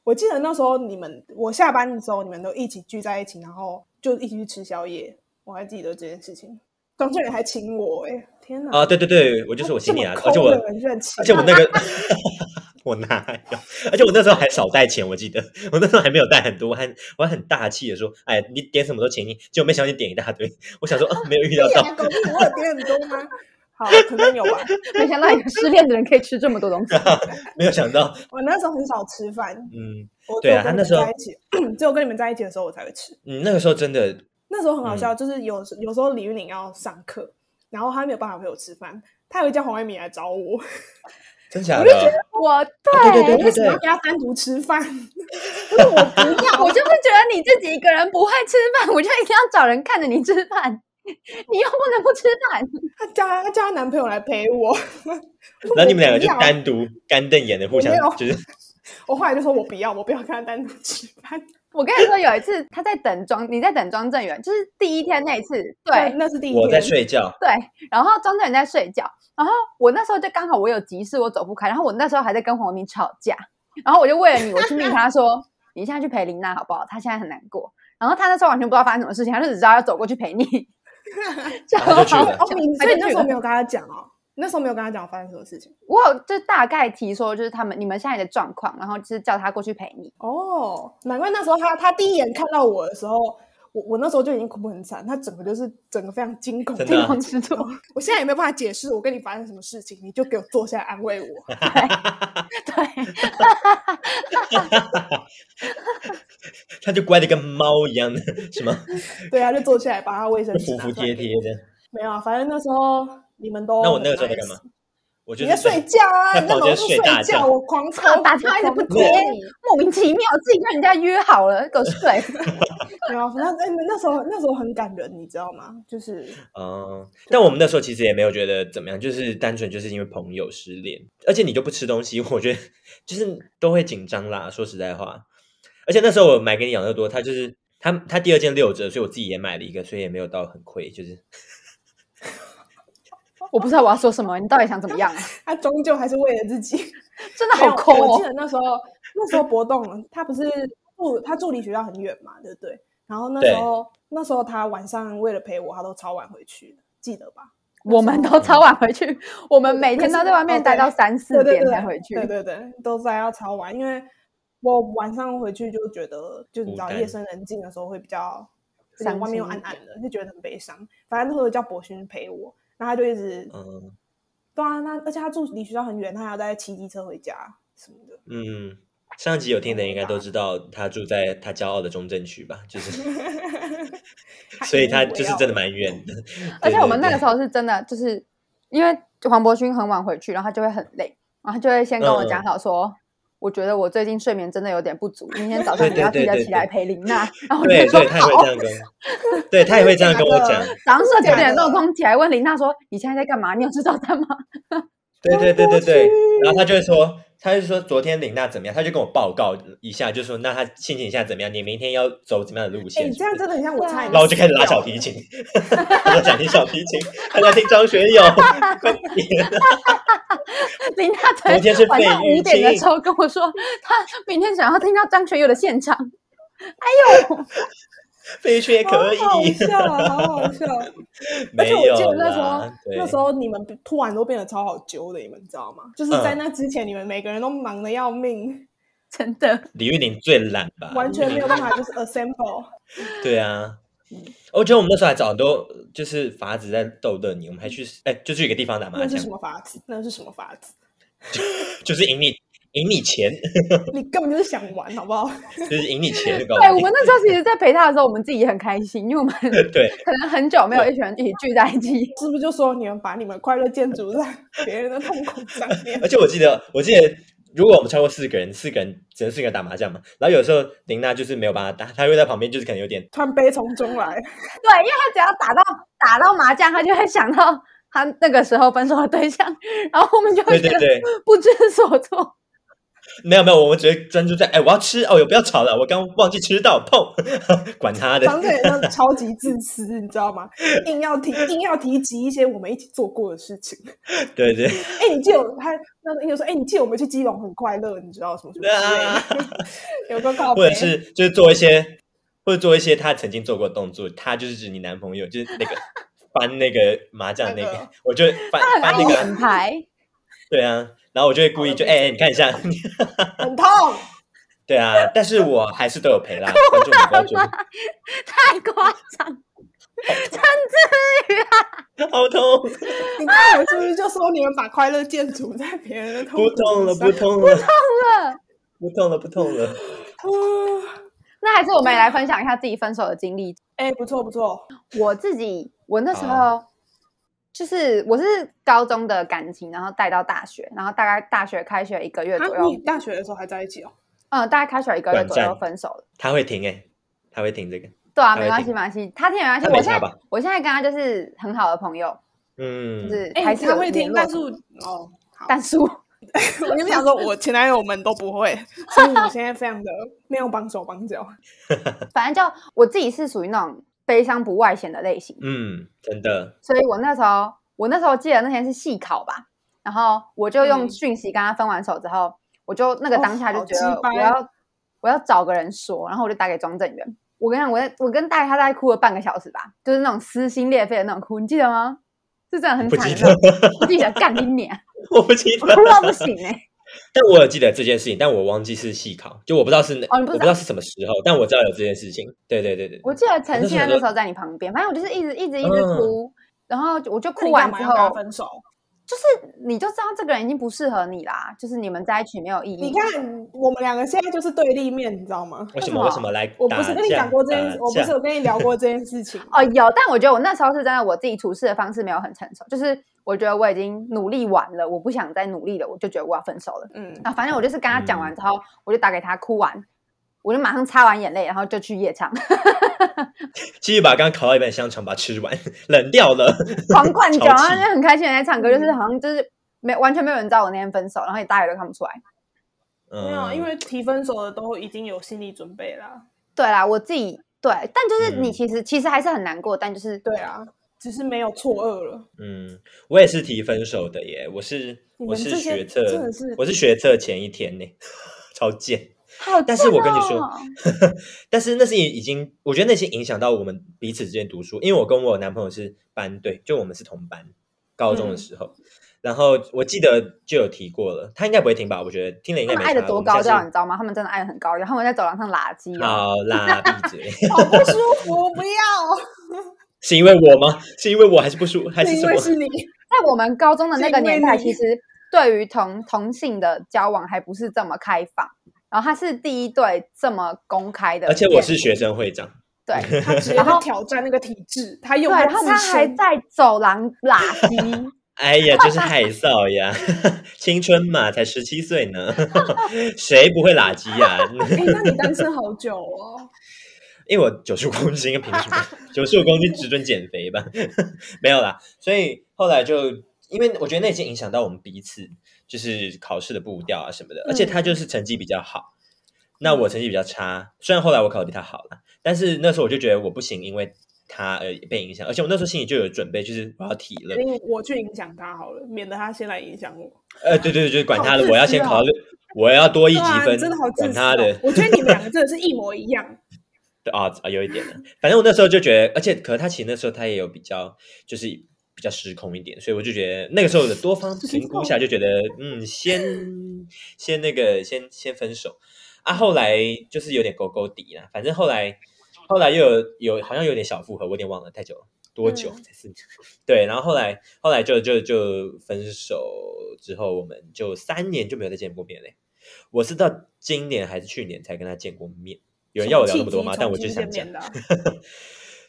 C: 我记得那时候你们我下班的时候，你们都一起聚在一起，然后就一起去吃宵夜，我还记得这件事情。张俊远还请我、哎，天哪！
B: 啊，对对对，我就是我
C: 这
B: 请
C: 么
B: 你啊，
C: 抠
B: 而且我
C: 的人居然请
B: 而且我那个 <laughs> 我哪有？而且我那时候还少带钱，我记得 <laughs> 我那时候还没有带很多，我还我还很大气的说，哎，你点什么都请你，结果没想到你点一大堆，我想说啊，没有预料
C: 对
B: 到
C: 呀，狗屁，我有别人多吗？好，可能有吧。？”
A: <laughs> 没想到一个失恋的人可以吃这么多东西。
B: 没有想到，
C: 我那时候很少吃饭，
B: 嗯
C: 我只
B: 对
C: 有
B: 啊他那
C: 跟你们
B: 时候
C: 在一起， <clears throat> 只有跟你们在一起的时候我才会吃。
B: 嗯，那个时候真的
C: 那时候很好
B: 嗯
C: 笑，就是有时有时候李玉玲要上课，然后她没有办法陪我吃饭，她还会叫黄伟敏来找我。
B: 真假
C: 我就觉
B: 的，
A: <laughs> 我
B: 对对
A: 对
B: 对
C: 哦为什么要跟他单独吃饭？ <laughs> 不是我不
A: 不要， <laughs> 我就是觉得你自己一个人不会吃饭，我就一定要找人看着你吃饭。 <laughs> 你又不能不吃饭， <laughs>
C: 他叫她叫她男朋友来陪我，
B: 然后你们两个就
C: 我不要
B: 单独干瞪眼的互相
C: 我没有
B: 就是
C: 我后来就说我不要，我不要跟他单独吃饭。
A: 我跟你说，有一次他在等庄，你在等庄正元，就是第一天那一次，
C: 那
A: 对
C: 那是第一天。
B: 我在睡觉，
A: 对。然后庄正元在睡觉，然后我那时候就刚好我有急事，我走不开，然后我那时候还在跟黄明吵架，然后我就为了你，我去命他说，你现在去陪林娜好不好？她现在很难过。然后他那时候完全不知道发生什么事情，他就只知道要走过去陪你，就
B: <laughs> 然后就去了
C: 哦，你所以你那时候没
A: 有。
C: 有跟他讲哦，你那时候没有跟他讲发生什么事情
A: 我有就大概提说，就是他们你们现在的状况，然后就是叫他过去陪你。
C: 哦，难怪那时候他他第一眼看到我的时候，我我那时候就已经哭很惨，他整个就是整个非常惊恐。
B: 真的
A: 惊
B: 啊
A: 慌失措，
C: <laughs> 我现在也没有办法解释我跟你发生什么事情，你就给我坐下来安慰我。
A: 对，
B: 他就乖的跟猫一样的，什
C: <laughs>
B: 么
C: 对啊，就坐下来把他卫生纸
B: 服
C: 拿
B: 服
C: 出来
B: 帖
C: 给
B: 帖
C: 我
B: 的。
C: 没有啊，反正那时候你们都
B: 那我
C: 很
B: 那个时候在
C: 哦 nice
B: 干嘛？？我就
C: 你
B: 是
C: 在睡觉啊，
B: 在
C: 你
B: 房
C: 老
B: 间
C: 是
B: 睡大觉
C: 觉，我狂抽
A: 操，啊打电话一直不接，莫名其妙自己跟人家约好了，给我
B: <laughs>
A: 睡。
C: 然后那那那时候那时候很感人，你知道吗？
B: <laughs>
C: 就是
B: 哦，但我们那时候其实也没有觉得怎么样，就是单纯就是因为朋友失恋，而且你就不吃东西，我觉得就是都会紧张啦。说实在话，而且那时候我买给你养乐多，它就是他他第二件六折，所以我自己也买了一个，所以也没有到很亏，就是
A: 我不知道我要说什么，你到底想怎么样？啊
C: 他终究还是为了自己。
A: 真的
C: 没
A: <laughs>
C: 有
A: 好抠
C: 我记
A: 哦。
C: 得那时候，那时候博栋他不是住他住离学校很远嘛，对不对？然后那时候那时候他晚上为了陪我，他都超晚回去，记得吧？
A: 我们都超晚回去，我们每天都在外面待到三四
C: 哦对对
A: 点
C: 对
A: 才回去。
C: 对对对，都在要超晚，因为我晚上回去就觉得，就你知道
B: 孤单
C: 夜深人静的时候会比较，而
A: 伤
C: 且
A: 心
C: 外面又暗暗的，就觉得很悲伤。反正那时候叫博勋陪我，然后他就一直，
B: 嗯
C: 对啊，那而且他住离学校很远，他还要再骑机车回家什么的。
B: 嗯。上集有听的人应该都知道，他住在他骄傲的中正区吧，就是，所以他就是真的蛮远的。
A: 而且我们那个
B: 候。对
A: 时候是真的，就是因为黄博勋很晚回去，然后他就会很累，然后他就会先跟
B: 嗯
A: 我讲好说。我觉得我最近睡眠真的有点不足，明天早上你要记得起来陪琳娜。
C: 哦
A: 然后我就
B: 对
A: 说
B: 对，他也会
A: 好
B: 这。样跟我， <laughs> 对他也会这样跟我
C: 真
B: 讲
C: <laughs> 的。
A: 早上
C: 真的
A: 九点
C: 假的
A: 闹钟起来问琳娜说：“你现在在干嘛？你有吃早餐吗？”
B: 对对对对
C: 我
B: 对
C: 去，
B: 然后他就会说，他就说昨天林娜怎么样，他就跟我报告一下，就说那他心情现在怎么样，你明天要走怎么样的路
C: 哎、
B: 线
C: 你
B: 什
C: 这
B: 么
C: 样
B: 的。
C: 真的很像我差点。
B: 然后我就开始拉小提琴， <laughs> 我想听小提琴，他在听张学友。
A: 琳娜昨
B: 昨天是
A: 晚上
B: 费玉
A: 五点的
B: 清
A: 时候跟我说，她明天想要听到张学友的现场。
B: 飞去也可
C: 好好
B: 以，
C: 笑啊，好好
B: <laughs>
C: 笑！而
B: 没
C: 且
B: 有
C: 我记得那时候
B: 啦，对
C: 那时候你们突然都变得超好揪的，你们知道吗？就是
B: 嗯
C: 在那之前，你们每个人都忙得要命，
A: 真的，
B: 李玉玲最懒吧，
C: 完全没有办
B: 法。
C: 法就是 assemble。
B: 对啊，
C: 嗯
B: 我觉得我们那时候还找很多就是法子在逗乐你，我们还去哎，就去一个地方打麻
C: 那是
B: 将
C: 什，么法子？那是什么法子？ <laughs>
B: 就是赢你赢你 <laughs> 钱，
C: 你根本就是想玩，好不好？
B: 就是赢你钱就告
A: 对
B: 诉
A: 哎我
B: 你
A: 们。那时候其实，在陪她的时候，我们自己也很开心，因为我们可
B: <laughs> 对，
A: 能很久没有一群人一起聚在一起。 <laughs>
C: 是不是就说你们把你们快乐建筑在别人的痛苦上面
B: 而？且我记得，我记得，如果我们超过四个人，四个人只能四个人打麻将嘛。然后有时候林娜就是没有办法打，她会在旁边，就是可能有点
C: 突然悲从中来，
A: 对，因为他只要打到打到麻将，他就会想到他那个时候分手的对象，然后我们就会
B: 对
A: 觉
B: 对
A: 得
B: 对，
A: 不知所措。
B: 没有没有，我们只会专注在哎，我要吃哦，有不要吵了，我刚忘记吃到碰， <laughs> 管他的。
C: 常这人真的超级自私，你知道吗？硬要提硬要提及一些我们一起做过的事情。
B: 对对
C: 哎、你借我他那个又说，哎、你借我们去基隆很快乐，你知道什么什么
B: 对啊，
C: 之类的， <laughs> 有个告白，
B: 或者是就是做一些，或者做一些她曾经做过的动作，她就是指你男朋友，就是那个翻那个麻 <laughs> 将那
C: 那
B: 个
C: 个，
B: 我就翻
A: 他很
B: 翻
A: 爱
B: 那个，
A: 演牌，
B: 对啊，然后我就会故意就哎哎，你看一下，
C: 很痛，
B: 对啊，但是我还是都有陪啦，观众们不要觉得
A: 太夸张。
B: <laughs> 好痛。
C: 你看我是不是就说你们把快乐建筑在别人的痛
B: 不
C: 苦
B: 痛了，
C: 上
B: 不痛了，
A: 了
B: 不痛了，不痛了。
C: 啊
A: 那还是我们也来分享一下自己分手的经历。
C: 哎、不错不错，
A: 我自己，我那时
B: 好
A: 候就是我是高中的感情，然后带到大学，然后大概大学开学一个月
C: 啊
A: 左，
C: 你
A: 右，
C: 大学的时候还在一起哦？
A: 嗯，大概开学一个月
B: 短
A: 左右
B: 暂
A: 分手了。
B: 他会停哎、他会停这个。
A: 对啊，
B: 他
A: 没
B: 会
A: 关系，
B: 听
A: 没关系，他听也没关系。
B: 他
A: 我
B: 没
A: 现在
B: 差吧？
A: 我现在跟他就是很好的朋友，就
B: 嗯，
A: 是
C: 哎、
A: 还是
C: 他
A: 有
C: 会
A: 联
C: 听，
A: 络
C: 但
A: 的
C: 是哦，
A: <laughs>
C: 好，
A: 但是我
C: 我就想说，我前男友们都不会，所以我现在非常的没有帮手
A: <laughs>
C: 帮脚。
A: 反正就我自己是属于那种悲伤不外显的类型，
B: 嗯，
A: <laughs>
B: 真的，
A: 所以我那时候我那时候记得那天是细考吧，然后我就用
C: 嗯
A: 讯息跟他分完手之后，我就那个
C: 哦
A: 当下就
C: 好
A: 觉得
C: 鸡
A: 我
C: 掰
A: 要、我要找个人说，然后我就打给庄正元。我跟你讲，我在我跟大概他大概哭了半个小时吧，就是那种撕心裂肺的那种哭，你记得吗？是真的很
B: 不
A: 惨
B: 记
A: 的
B: 得
A: 那种，不记得干你娘， <laughs>
B: 我不记
A: 我
B: 得，
A: 哭到不行哎、
B: 但我有记得这件事情，但我忘记是细考，就我不知道是哪，
A: 哦你
B: 我
A: 不知道
B: 不知道是什么时候，但我知道有这件事情。对对对对，
A: 我记得陈信安那
B: 那时
A: 时
B: 候
A: 候在你旁边，反正我就是一直一直一直
B: 嗯
A: 哭，然后我就
C: 那
A: 哭
C: 你干
A: 完
C: 嘛
A: 之
C: 要跟他
A: 后，
C: 分手？
A: 就是你就知道这个人已经不适合你啦，就是你们在一起没有意义。
C: 你，看，我们两个现在就是对立面，你知道吗？
B: 为什
A: 为什么
B: 么为什么来
C: 我不是跟你讲过这件
B: 事
C: 事，，我不是有跟你聊过这件事情吗。
A: <laughs> 哦，有，但我觉得我那时候是真的，我自己处事的方式没有很成熟，就是我觉得我已经努力完了，我不想再努力了，我就觉得我要分手了。
C: 嗯，
A: 啊，反正我就是跟他讲
B: 嗯
A: 完之后，我就打给他，哭完，我就马上擦完眼泪，然后就去夜场，
B: 继续把刚刚烤到一半的香肠把它吃完， <laughs> 冷掉了。
A: 狂灌酒，
B: <laughs> 超
A: 然后
B: 气
A: 就很开心的在唱歌，就是
C: 嗯
A: 好像就是没完全没有人知道我那天分手，然后也大家也都看不出来。
B: 嗯，
C: 啊没有，因为提分手的都已经有心理准备啦。
A: 对啦，我自己对，但就是你
B: 嗯
A: 其实、其实还是很难过，但就是
C: 对啊，只是没有错
A: <laughs>
C: 愕了。
B: 嗯，我也是提分手的耶，我是我
C: 你们
B: 是
C: 这些
B: 学测
C: 真的是，
B: 我是学测前一天呢， <laughs> 超贱。
A: 好
B: 但是我跟你
A: 贱
B: 说
A: 哦，
B: 但是那是已经，我觉得那些影响到我们彼此之间读书，因为我跟我男朋友是班队，就我们是同班，高
C: 嗯
B: 中的时候。然后我记得就有提过了，他应该不会听吧？我觉得听了应
A: 他
B: 该
A: 们
B: 没
A: 爱的
B: 差
A: 多
B: 我们下
A: 高
B: 次啊
A: 调，你知道吗？他们真的爱的很高调，他们在走廊上拉鸡哦。
B: 好
C: <laughs>
B: 啦，闭嘴！ <laughs>
C: 好不舒服，不要，
B: 是因为我吗？是因为我还是不舒服，还是
C: 是因
B: 什
C: 为是
B: 么？ <laughs>
C: 你，
A: 在我们高中的那个
C: 是因为
A: 年代，
C: 你
A: 其实对于同同性的交往还不是这么开放，然后他是第一对这么公开的
B: 而
A: 恋
B: 且
A: 情，
B: 我是学生会长， <laughs>
A: 对
C: 他直接
A: 然
C: 在
A: 后
C: 挑战那个体制，他
A: 对，
C: 用
A: 然
C: 他
A: 后
C: 自
A: 他还
C: 身，
A: 在走廊拉 <laughs> 鸡。
B: 哎呀，真是害臊呀！ <laughs> 青春嘛，才十七岁呢， <laughs> 谁不会拉鸡呀、 <laughs>
C: 哎，那你单身好久哦，
B: 因为我九十五公斤，凭什么？九十五公斤只准减肥吧？ <laughs> 没有啦，所以后来就因为我觉得那已经影响到我们彼此，就是考试的步调啊什么的。而且他就是成绩比较好，那我成绩比较差。虽然后来我考得比他好了，但是那时候我就觉得我不行，因为他而被影响。而且我那时候心里就有准备，就是我要体了。
C: 因为我去影响他好了，免得他先来影响我。
B: 呃，对对对，就是管他的，
C: 好自
B: 我要
C: 私
B: 先
C: 哦
B: 考虑，我要多一
C: 对啊
B: 级
C: 你
B: 分，
C: 真的好自
B: 管
C: 私
B: 他
C: 哦
B: 的。
C: 我觉得你们两个真的是一模一样，
B: 对啊啊，有一点的。反正我那时候就觉得，而且可能他其实那时候他也有比较，就是比较失控一点，所以我就觉得那个时候的多方评估下就觉得，嗯，先先那个先先分手啊。后来就是有点勾勾底啦，反正后来后来又有有好像有点小复合，我有点忘了太久了。多久
D: 嗯
B: 才是？对，然后后来后来就就就分手之后，我们就三年就没有再见过面嘞。我是到今年还是去年才跟他见过面。 <laughs> 有人要我聊那么多吗？但我就
C: 就
B: 想讲
C: 面，的啊。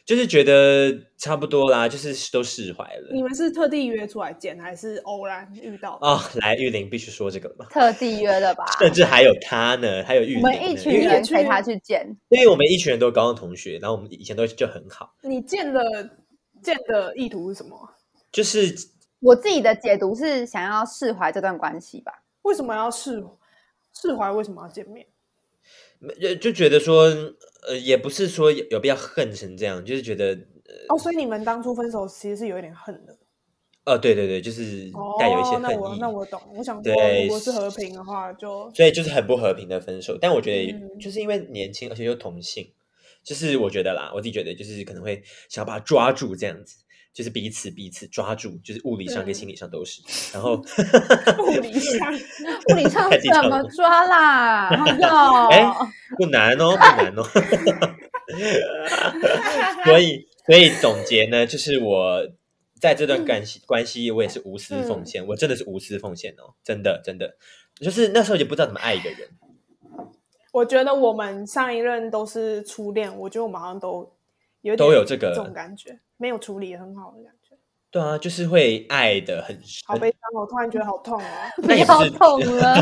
B: 就是觉得差不多啦，就是都释怀
C: 你
B: 了
C: 们是特地约出来见，还是偶然遇到？
B: 啊、来，玉玲必须说这个了嘛，
A: 特地约的吧？
B: 甚至还有他呢，还有玉
A: 我
B: 玲呢，
A: 们一
B: 因
A: 群
B: 为
A: 人
C: 去
A: 陪他去见，
B: 因为我们一群人都高中同学，然后我们以前都就很好，
C: 你见的见的意图是什么？啊
B: 就是
A: 我自己的解读是想要释怀这段关系吧。
C: 为什么要释释怀？为什么要见面？
B: 呃就觉得说，呃，也不是说有有必要恨成这样，就是觉得，
C: 哦，所以你们当初分手其实是有一点恨的。
B: 呃，对对对，就是
C: 哦
B: 带有一些，
C: 那
B: 恨
C: 我
B: 意，
C: 那我懂。我想说，
B: 对
C: 如果是和平的话，就 <laughs>
B: 所以就是很不和平的分手。但我觉得也，
C: 嗯
B: 就是因为年轻，而且又同性，就是我觉得啦，我自己觉得就是可能会想要把他抓住这样子，就是彼此彼此抓住，就是物理上跟
C: 嗯
B: 心理上都是。然后，
C: 不理
B: <laughs>
C: 想。
A: 物理上
B: 太低
A: 怎
B: 调
A: 么
B: 了
A: 抓啦？
B: 哎
A: 哟，
B: 不难哦，不难哦。 <laughs> 所以，所以总结呢，就是我在这段关系、关系，我也是无私奉
C: 嗯
B: 献，我真的是无私奉献哦，真的真的，就是那时候也不知道怎么爱一个人。
C: 我觉得我们上一任都是初恋，我觉得我们好像都有点
B: 都有这个
C: 这种感觉，没有处理得很好的感觉。
B: 对啊，就是会爱的很深，
C: 好悲伤哦，我突然觉得好痛哦。
B: <laughs>
A: 不
B: 那也
A: 要
B: 不是
A: 痛了，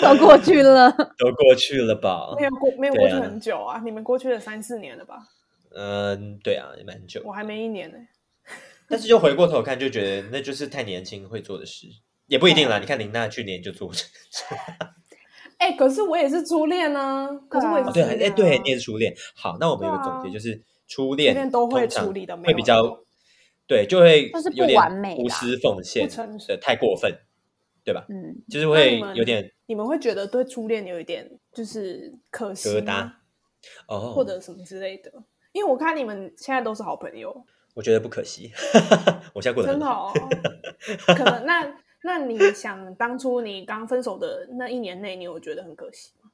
A: 都过去了。
B: 都过去了吧？
C: 没有过，没有
B: 对
C: 过去
B: 啊
C: 很久啊，你们过去了三四年了吧？
B: 嗯，对啊，也蛮久
C: 我。还没一年呢、
B: 但是就回过头看，就觉得那就是太年轻会做的事，也不一
C: 啊
B: 定啦。你看林娜去年就做，
C: 哎、可是我也是初恋呢、可是我也
B: 哦 <laughs>
C: 是
B: 对
C: 初
B: 啊，
C: 恋、
B: 哎，
C: 啊
B: 对，念初恋。好，那我们有个
C: 对啊
B: 总结，就是初
C: 初
B: 恋
C: 恋都会
B: 通常
C: 处理得没
B: 会
C: 有
B: 比
C: 那么
B: 较
C: 多，
B: 对，就会
A: 就是不
B: 有点
A: 完美
B: 无
A: 啦
B: 私奉献
C: 成熟
B: 的太过分，对吧？
A: 嗯，
B: 就是
C: 那
B: 会
C: 你们
B: 有点
C: 你们会觉得对初恋有一点就是可惜
B: 疙瘩
C: 吗
B: 哦，
C: 或者什么之类的。因为我看你们现在都是好朋友，
B: 我觉得不可惜， <laughs> 我现在过得
C: 真
B: 很
C: 的
B: 好。
C: 哦。
B: <laughs>
C: 可能那那你想当初你刚分手的那一年内，你有觉得很可惜吗？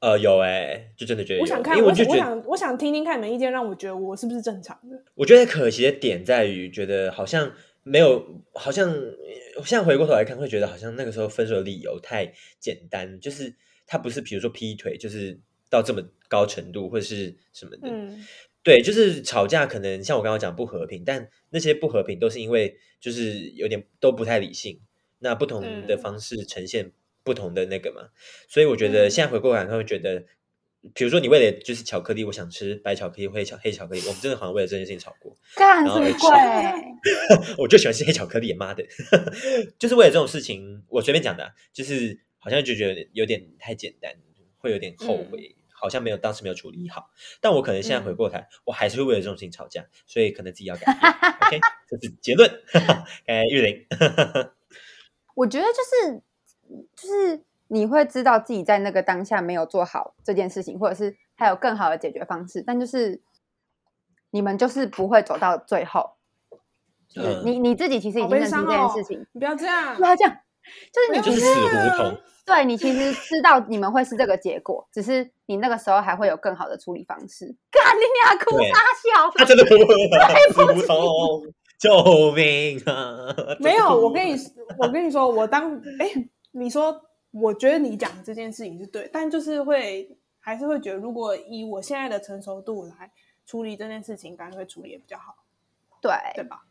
B: 呃，有哎，就真的觉得有
C: 我想
B: 因
C: 看，
B: 为
C: 我
B: 就
C: 想
B: 觉
C: 我
B: 得
C: 想我想听听看你们意见，让我觉得我是不是正常的。
B: 我觉得可惜的点在于，觉得好像没有，好像呃现在回过头来看，会觉得好像那个时候分手的理由太简单，就是他不是比如说劈腿，就是到这么高程度或者是什么的，
C: 嗯，
B: 对，就是吵架可能像我刚刚讲不和平，但那些不和平都是因为就是有点都不太理性，那不同的
C: 嗯
B: 方式呈现不同的那个嘛，所以我觉得现在回过头来看会觉得。比如说，你为了就是巧克力，我想吃白巧克力、黑巧黑巧克力，我们真的好像为了这件事情吵过。
A: 干
B: 然
A: 什
B: 后
A: 么
B: 而且
A: 鬼？
B: 我就喜欢吃黑巧克力，妈的！ <laughs> 就是为了这种事
A: 嗯
B: 情，我随便讲的啊，就是好像就觉得有点太简单，会有点后悔、好像没有当时没有处理好，但我可能现在回过头来，我还是会为了这种事情吵架，所以可能自己要改变。OK，这
A: <laughs>
B: 是结论。 <laughs> 哎，玉玲，
A: 我觉得就是就是你会知道自己在那个当下没有做好这件事情，或者是还有更好的解决方式，但就是你们就是不会走到最后。就是
B: 嗯
A: <laughs> 你你自己其实已
C: 好
A: 经
C: 悲
A: 认清
C: 伤
A: 这件
C: 哦
A: 事情，！
C: <laughs> 你不要这样
A: 不，要这样，就是你
B: 就
A: 其
B: 是
A: 实
B: 死
A: <laughs>
B: 胡同。
A: 对你其实知道你们会是这个结果，只是你那个时候还会有更好的处理方式。干你俩哭
B: 对
A: 大笑，
B: 他真的不会啊，死胡同，救命啊！
C: 没有，我跟你，我跟你说，我当哎，你说，我觉得你讲的这件事情是对，但就是会还是会觉得，如果以我现在的成熟度来处理这件事情，感觉会处理也比较好，
A: 对，
C: 对吧？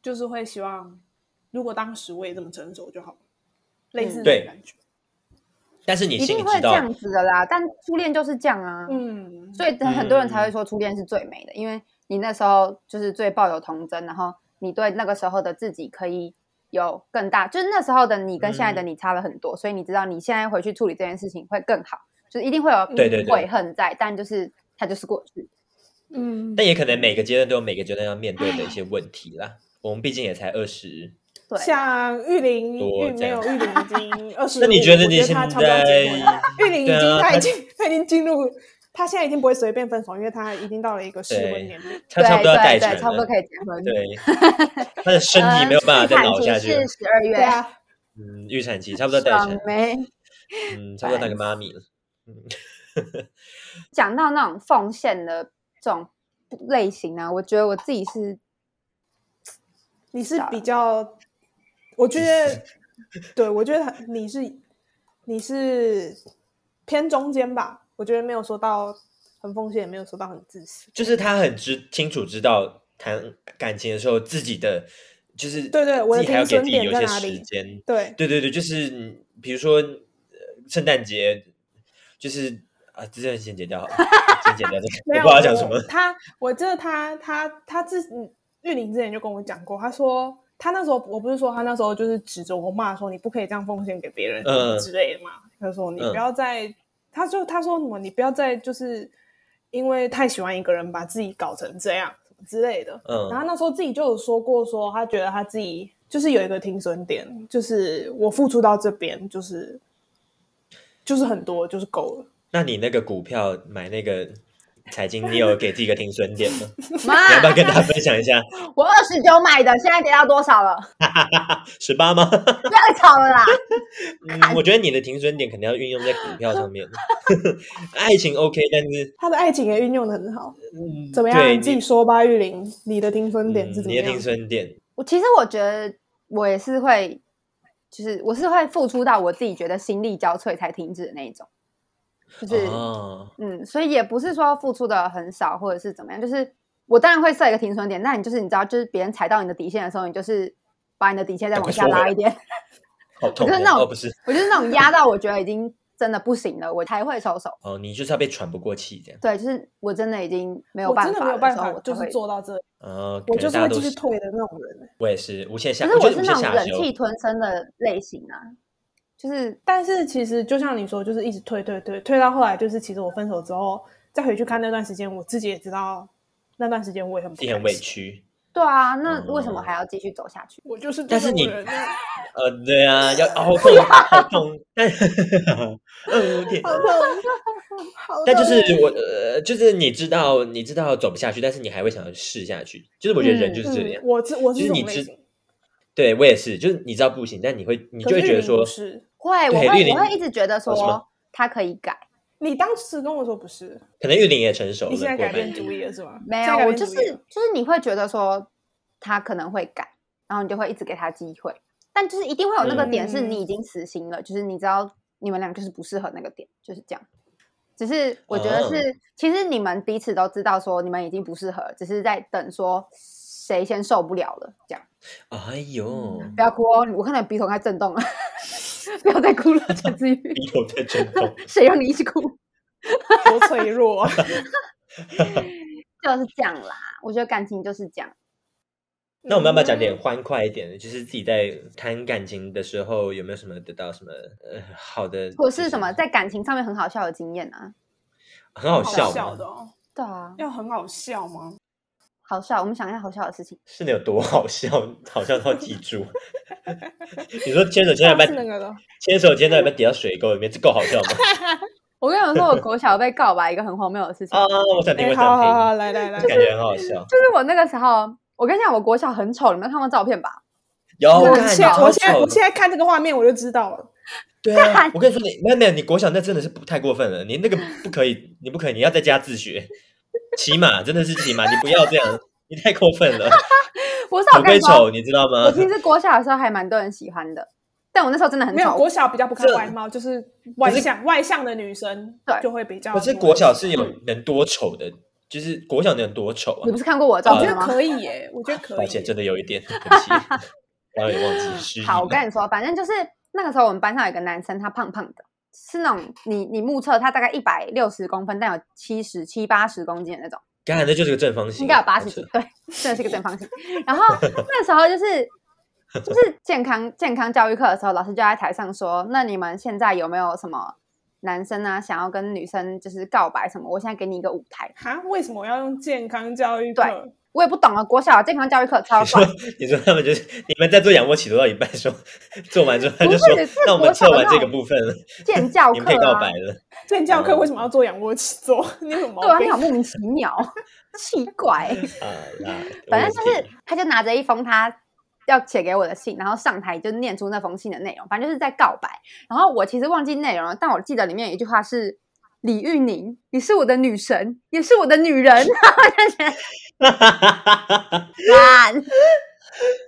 C: 就是会希望，如果当时我也这么成熟就好了，类似
B: 嗯
C: 这
B: 对
C: 种感觉。
B: 但是你
A: 一
B: 心里
A: 定会
B: 知
A: 这
B: 道
A: 样，子的啦。但初恋就是这样啊，
C: 嗯，
A: 所以很多人才
B: 嗯
A: 会说初恋是最美的，因为你那时候就是最抱有童真，然后你对那个时候的自己可以有更大，就是那时候的你跟现在
B: 嗯
A: 的你差了很多，所以你知道你现在回去处理这件事情会更好，就是一定会有
B: 对对对
A: 悔恨在，但就是它就是过去。
C: 嗯，
B: 但也可能每个阶段都有每个阶段要面对的一些问题啦。我们毕竟也才二十，
A: 对，
C: <laughs> 像玉玲，
B: 多
C: 玉
B: 这
C: 没
B: 样
C: 有玉玲已
B: <laughs>
C: 经二十五，
B: 那你
C: 我
B: 觉
C: 觉
B: 得你现
C: 她差不多要结婚了玉玲已
B: 对啊
C: 经，她
B: 她
C: 已经，她已经进入，她现在已经不会随便分手，因为她已经到了一个适婚年龄。
B: 他差不多要
A: 对
B: 待
A: 对对，
B: 产
A: 差不多
B: 了，
A: 可以结婚。
B: 对，他的身
A: 呃
B: 体没有办法再老下去了
A: 是。十二月，
C: 对啊，
B: 嗯，预产期差不多待
A: 爽
B: 产，
A: 没？
B: 嗯，差不多当个妈咪了。
A: 讲到那种奉献的这种类型呢、我觉得我自己
C: <laughs>
A: 是
C: 你是比较，我
B: <laughs>
C: 觉得，对我觉得你是你是偏中间吧，我觉得没有说到很奉献，也没有说到很自私。
B: 就是他很知清楚知道谈感情的时候自己的就是
C: 对对我的
B: 自己还要
C: 停
B: 给自己
C: 损点
B: 有一
C: 在
B: 些
C: 哪里
B: 时间。
C: 对，
B: 对对对，就是嗯比如说呃圣诞节，就是啊，这段先剪掉好了，先剪掉这
C: 没
B: 个，我不
C: 有，
B: 知道讲什么
C: 我。他，我真的他他他之玉玲之前就跟我讲过，他说他那时候我不是说他那时候就是指着我骂说你不可以这样奉献给别人
B: 嗯
C: 之类的嘛，他说你
B: 嗯
C: 不要再，他就他说什么你不要再就是因为太喜欢一个人把自己搞成这样什么之类的，
B: 嗯
C: 然后那时候自己就有说过说他觉得他自己就是有一个停损点，就是我付出到这边就是就是很多就是够了。
B: 那你那个股票买那个财经，你有给自己一个停损点吗？你
A: 妈，
B: 要不要跟大家分享一下？
A: 我二十九买的，现在跌到多少了？
B: 十八吗？
A: 不要再吵了啦！
B: 嗯，我觉得你的停损点肯定要运用在股票上面。 <laughs> 爱情 OK，但是
C: 他的爱情也运用的很好，
B: 嗯
C: 怎么
B: 对
C: 样？你自己
B: 你
C: 说吧，玉玲，你的停损点是
B: 嗯
C: 怎么
B: 你的
C: 样？
B: 停损点，
A: 我其实我觉得我也是会，就是我是会付出到我自己觉得心力交瘁才停止的那一种，就是、
B: 哦，
A: 嗯，所以也不是说付出的很少或者是怎么样，就是我当然会设一个停损点，那你就是你知道，就是别人踩到你的底线的时候，你就是把你的底线再往下拉一点。
B: 好痛
A: 我就是那
B: 哦！
A: 种
B: 哦，不是
A: 我就是那种压到我觉得已经真的不行了，我才会收手。
B: 哦，你就是要被喘不过气这样。
A: 对，就是我真的已经没有
C: 我
A: 办
C: 真的
A: 法
C: 没有办
A: 的时候
C: 法，
A: 我才
C: 就是
A: 会
C: 做到这，
B: 哦，可
C: 我
B: 能
C: 就是
B: 大
C: 会
B: 家都
C: 继续退的那种人。欸
B: 我也是无限下，
A: 可是
B: 我
A: 我
B: 觉得
A: 是
B: 无
A: 那种
B: 限下
A: 忍
B: 修。
A: 气吞声的类型啊，就是
C: 但是其实就像你说，就是一直退退退，退到后来就是，其实我分手之后再回去看那段时间，我自己也知道那段时间我也很不
B: 自己很
C: 开
B: 委
C: 心。
B: 屈。
A: 对啊，那为什么
B: 嗯
A: 还要继续走下去？
D: 我就是这
B: 但是
D: 种
B: 你
D: 人啊，
B: 呃，对啊，要好
C: <laughs>
B: 痛，好痛，但 <laughs> 嗯，天。 <laughs> 但就是
C: 啊
B: 我呃，就是你知道，你知道走不下去，但是你还会想要试下去。就是我觉得人就是这样
C: 嗯，，我是我
B: 就是
C: 这
B: 是你
C: 种类
B: 知
C: 型，，
B: 对我也是，就是你知道不行，但你会你
C: 可
B: 就会
C: 是
B: 觉
C: 玉
B: 得
C: 玲
B: 说
C: 不，是
A: 会，我
B: 对绿
A: 会，
B: 林
A: 我会一直觉得
B: 哦是吗
A: 说他可以改，
C: 你当时跟我说不是，
B: 可能玉玲也成熟了，
C: 你现在
B: 哦过
C: 改变
B: 半
C: 主意了是吗？
A: 没
C: 现在改
A: 有，我
C: 变
A: 就
C: 主
A: 是
C: 意了
A: 就是你会觉得说他可能会改，然后你就会一直给他机会，但就是一定会有那个点是
C: 嗯
A: 你已经死心了，就是你知道你们俩就是不适合那个点，就是这样。只是我觉
B: 哦
A: 得是，其实你们彼此都知道说你们已经不适合了，只是在等说谁先受不了了这样。
B: 哎呦，<laughs>
C: 嗯
A: 不要哭哦，我看到你鼻孔在震动了， <laughs> 不要再哭了，陈志宇，
B: 鼻头在震
C: <laughs>
B: 动，
A: 谁让你一直哭？
C: 多脆弱啊。
A: <laughs> 就是这样啦，我觉得感情就是这样。
B: 那我们要不要讲点欢快一点的？就是自己在谈感情的时候，有没有什么得到什么呃好的，
A: 或
B: 就是
A: 什么在感情上面很好笑的经验啊？
B: 很 <laughs> 好
C: 好
B: 笑
C: 笑
B: 吗？
C: 的哦，
A: 对啊，
C: 要很好笑吗？
A: 好笑。我们想一下好笑的事情。
B: 是能有多好笑，好笑到记
C: <laughs>
B: 住。你说牵手牵到一
C: 上次那
B: 半，
C: 个的，哎
B: 牵手牵到一半跌到水沟里面，这够好笑吗？
A: 我跟你们说，我国小被告白一个很荒谬的事情，
B: 啊，我想听，
C: 哎，
B: 我
C: 好
B: 想
C: 好
B: 听，
C: 好，来来来
B: 这，感觉很好笑。
A: <laughs> 就是我那个时候，我跟你讲，我国小很丑，你们有看过照片吧？
B: 有，啊
A: 我
B: 我
A: 看
B: 看
C: 现在
B: 超
C: 我现在
B: 丑
C: 我，现在看这个画面我就知道了，
B: 对啊，我跟你说，你没有没有，你国小那真的是不太过分了，你那个不可以，你不可以，你要在家自学骑马，真的是骑马，你不要这样，你太过分
A: <laughs>
B: 了，
A: 不是，
B: 丑
A: 我跟
B: 归
A: 你说，
B: 丑，你知道
A: 我
B: 吗？
A: 其实国小的时候还蛮多人喜欢的，但我那时候真的很
C: 没有
A: 丑。
C: 国小比较不看
B: 这
C: 外貌，就是外
B: 可是
C: 向外向的女生
A: 对
C: 就会比较。
B: 可是国小是有能多丑的，就是国小能有多丑啊
A: 嗯你不？是看过我的照
C: 我觉
A: 片
C: 得
A: 吗？
C: 可以耶，我觉得可
B: 抱
C: 以
B: 歉，
C: 耶。
B: 真的有一点，对不起，我也忘记失忆
A: 好，我
B: 了。
A: 跟你说，反正就是那个时候我们班上有一个男生，他胖胖的，是那种你你目测他大概一百六十公分，但有七十七八十公斤的那种，
B: 刚才那就是个正方形，啊
A: 应该有八十几，对，真的是个正方形。然后那时候就是就是健康健康教育课的时候，老师就在台上说：“那你们现在有没有什么男生啊想要跟女生就是告白什么？我现在给你一个舞台。”
C: 哈，为什么要用健康教育课？
A: 我也不懂啊，国小健康教育课超
B: 你说
A: 怪，，
B: 你说他们就是你们在做仰卧起坐到一半说做完之后，他就
A: 不
B: 说
A: 是是，
B: 那我们
A: 国小
B: 测
A: 的
B: 完
A: 那
B: 这个
A: 种
B: 部分了，
A: 健教
B: 你们
A: 课
B: 可以告
A: 啊
B: 白，了。
C: 健
B: 呃
C: 教课为什么要做仰卧起坐？你有什么
A: 对啊，
C: 毛
A: 你
C: 病
A: 好？莫名其妙， <laughs> 奇怪。
B: 啊，那
A: 反正
B: 我有
A: 就是
B: 听
A: 他就拿着一封他要写给我的信，然后上台就念出那封信的内容，反正就是在告白。然后我其实忘记内容了，但我记得里面有一句话是。李玉宁，你是我的女神，也是我的女
C: <laughs>
A: 人。烂，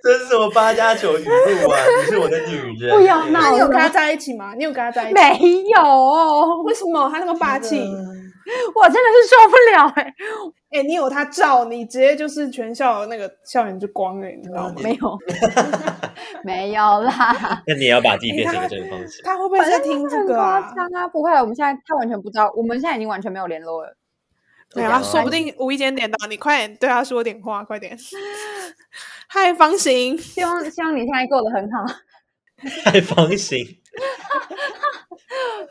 B: 这是什么八加九语录啊？你是我的女人，
A: 不啊要闹
C: 那
A: 了
C: 你有跟他在一起吗？你有跟他在一起？
A: 没有，我
C: 为什么他那么霸气？
B: 嗯
A: 真的是受不了哎、
C: 哎、你有他照，你直接就是全校那个校园之光哎、你知道
B: 嗯
C: 吗？
A: 没
C: <laughs>
A: 有，没有啦，
B: 那你也要把自己变成一个正方形。
C: 他会不会在听这
A: 很
C: 个
A: 夸
C: 啊？
A: 张啊！不会了，我们现在他完全不知道，我们现在已经完全没有联络了。
C: 没
D: 对
A: 哎
C: 有
D: 啊，
B: 哦
D: 说不定无意间点到你，快点对
C: 啊
D: 他说点话，快
C: <laughs>
D: 点。嗨，方形，
A: 希望希望你现在过得很好。
B: 太方形，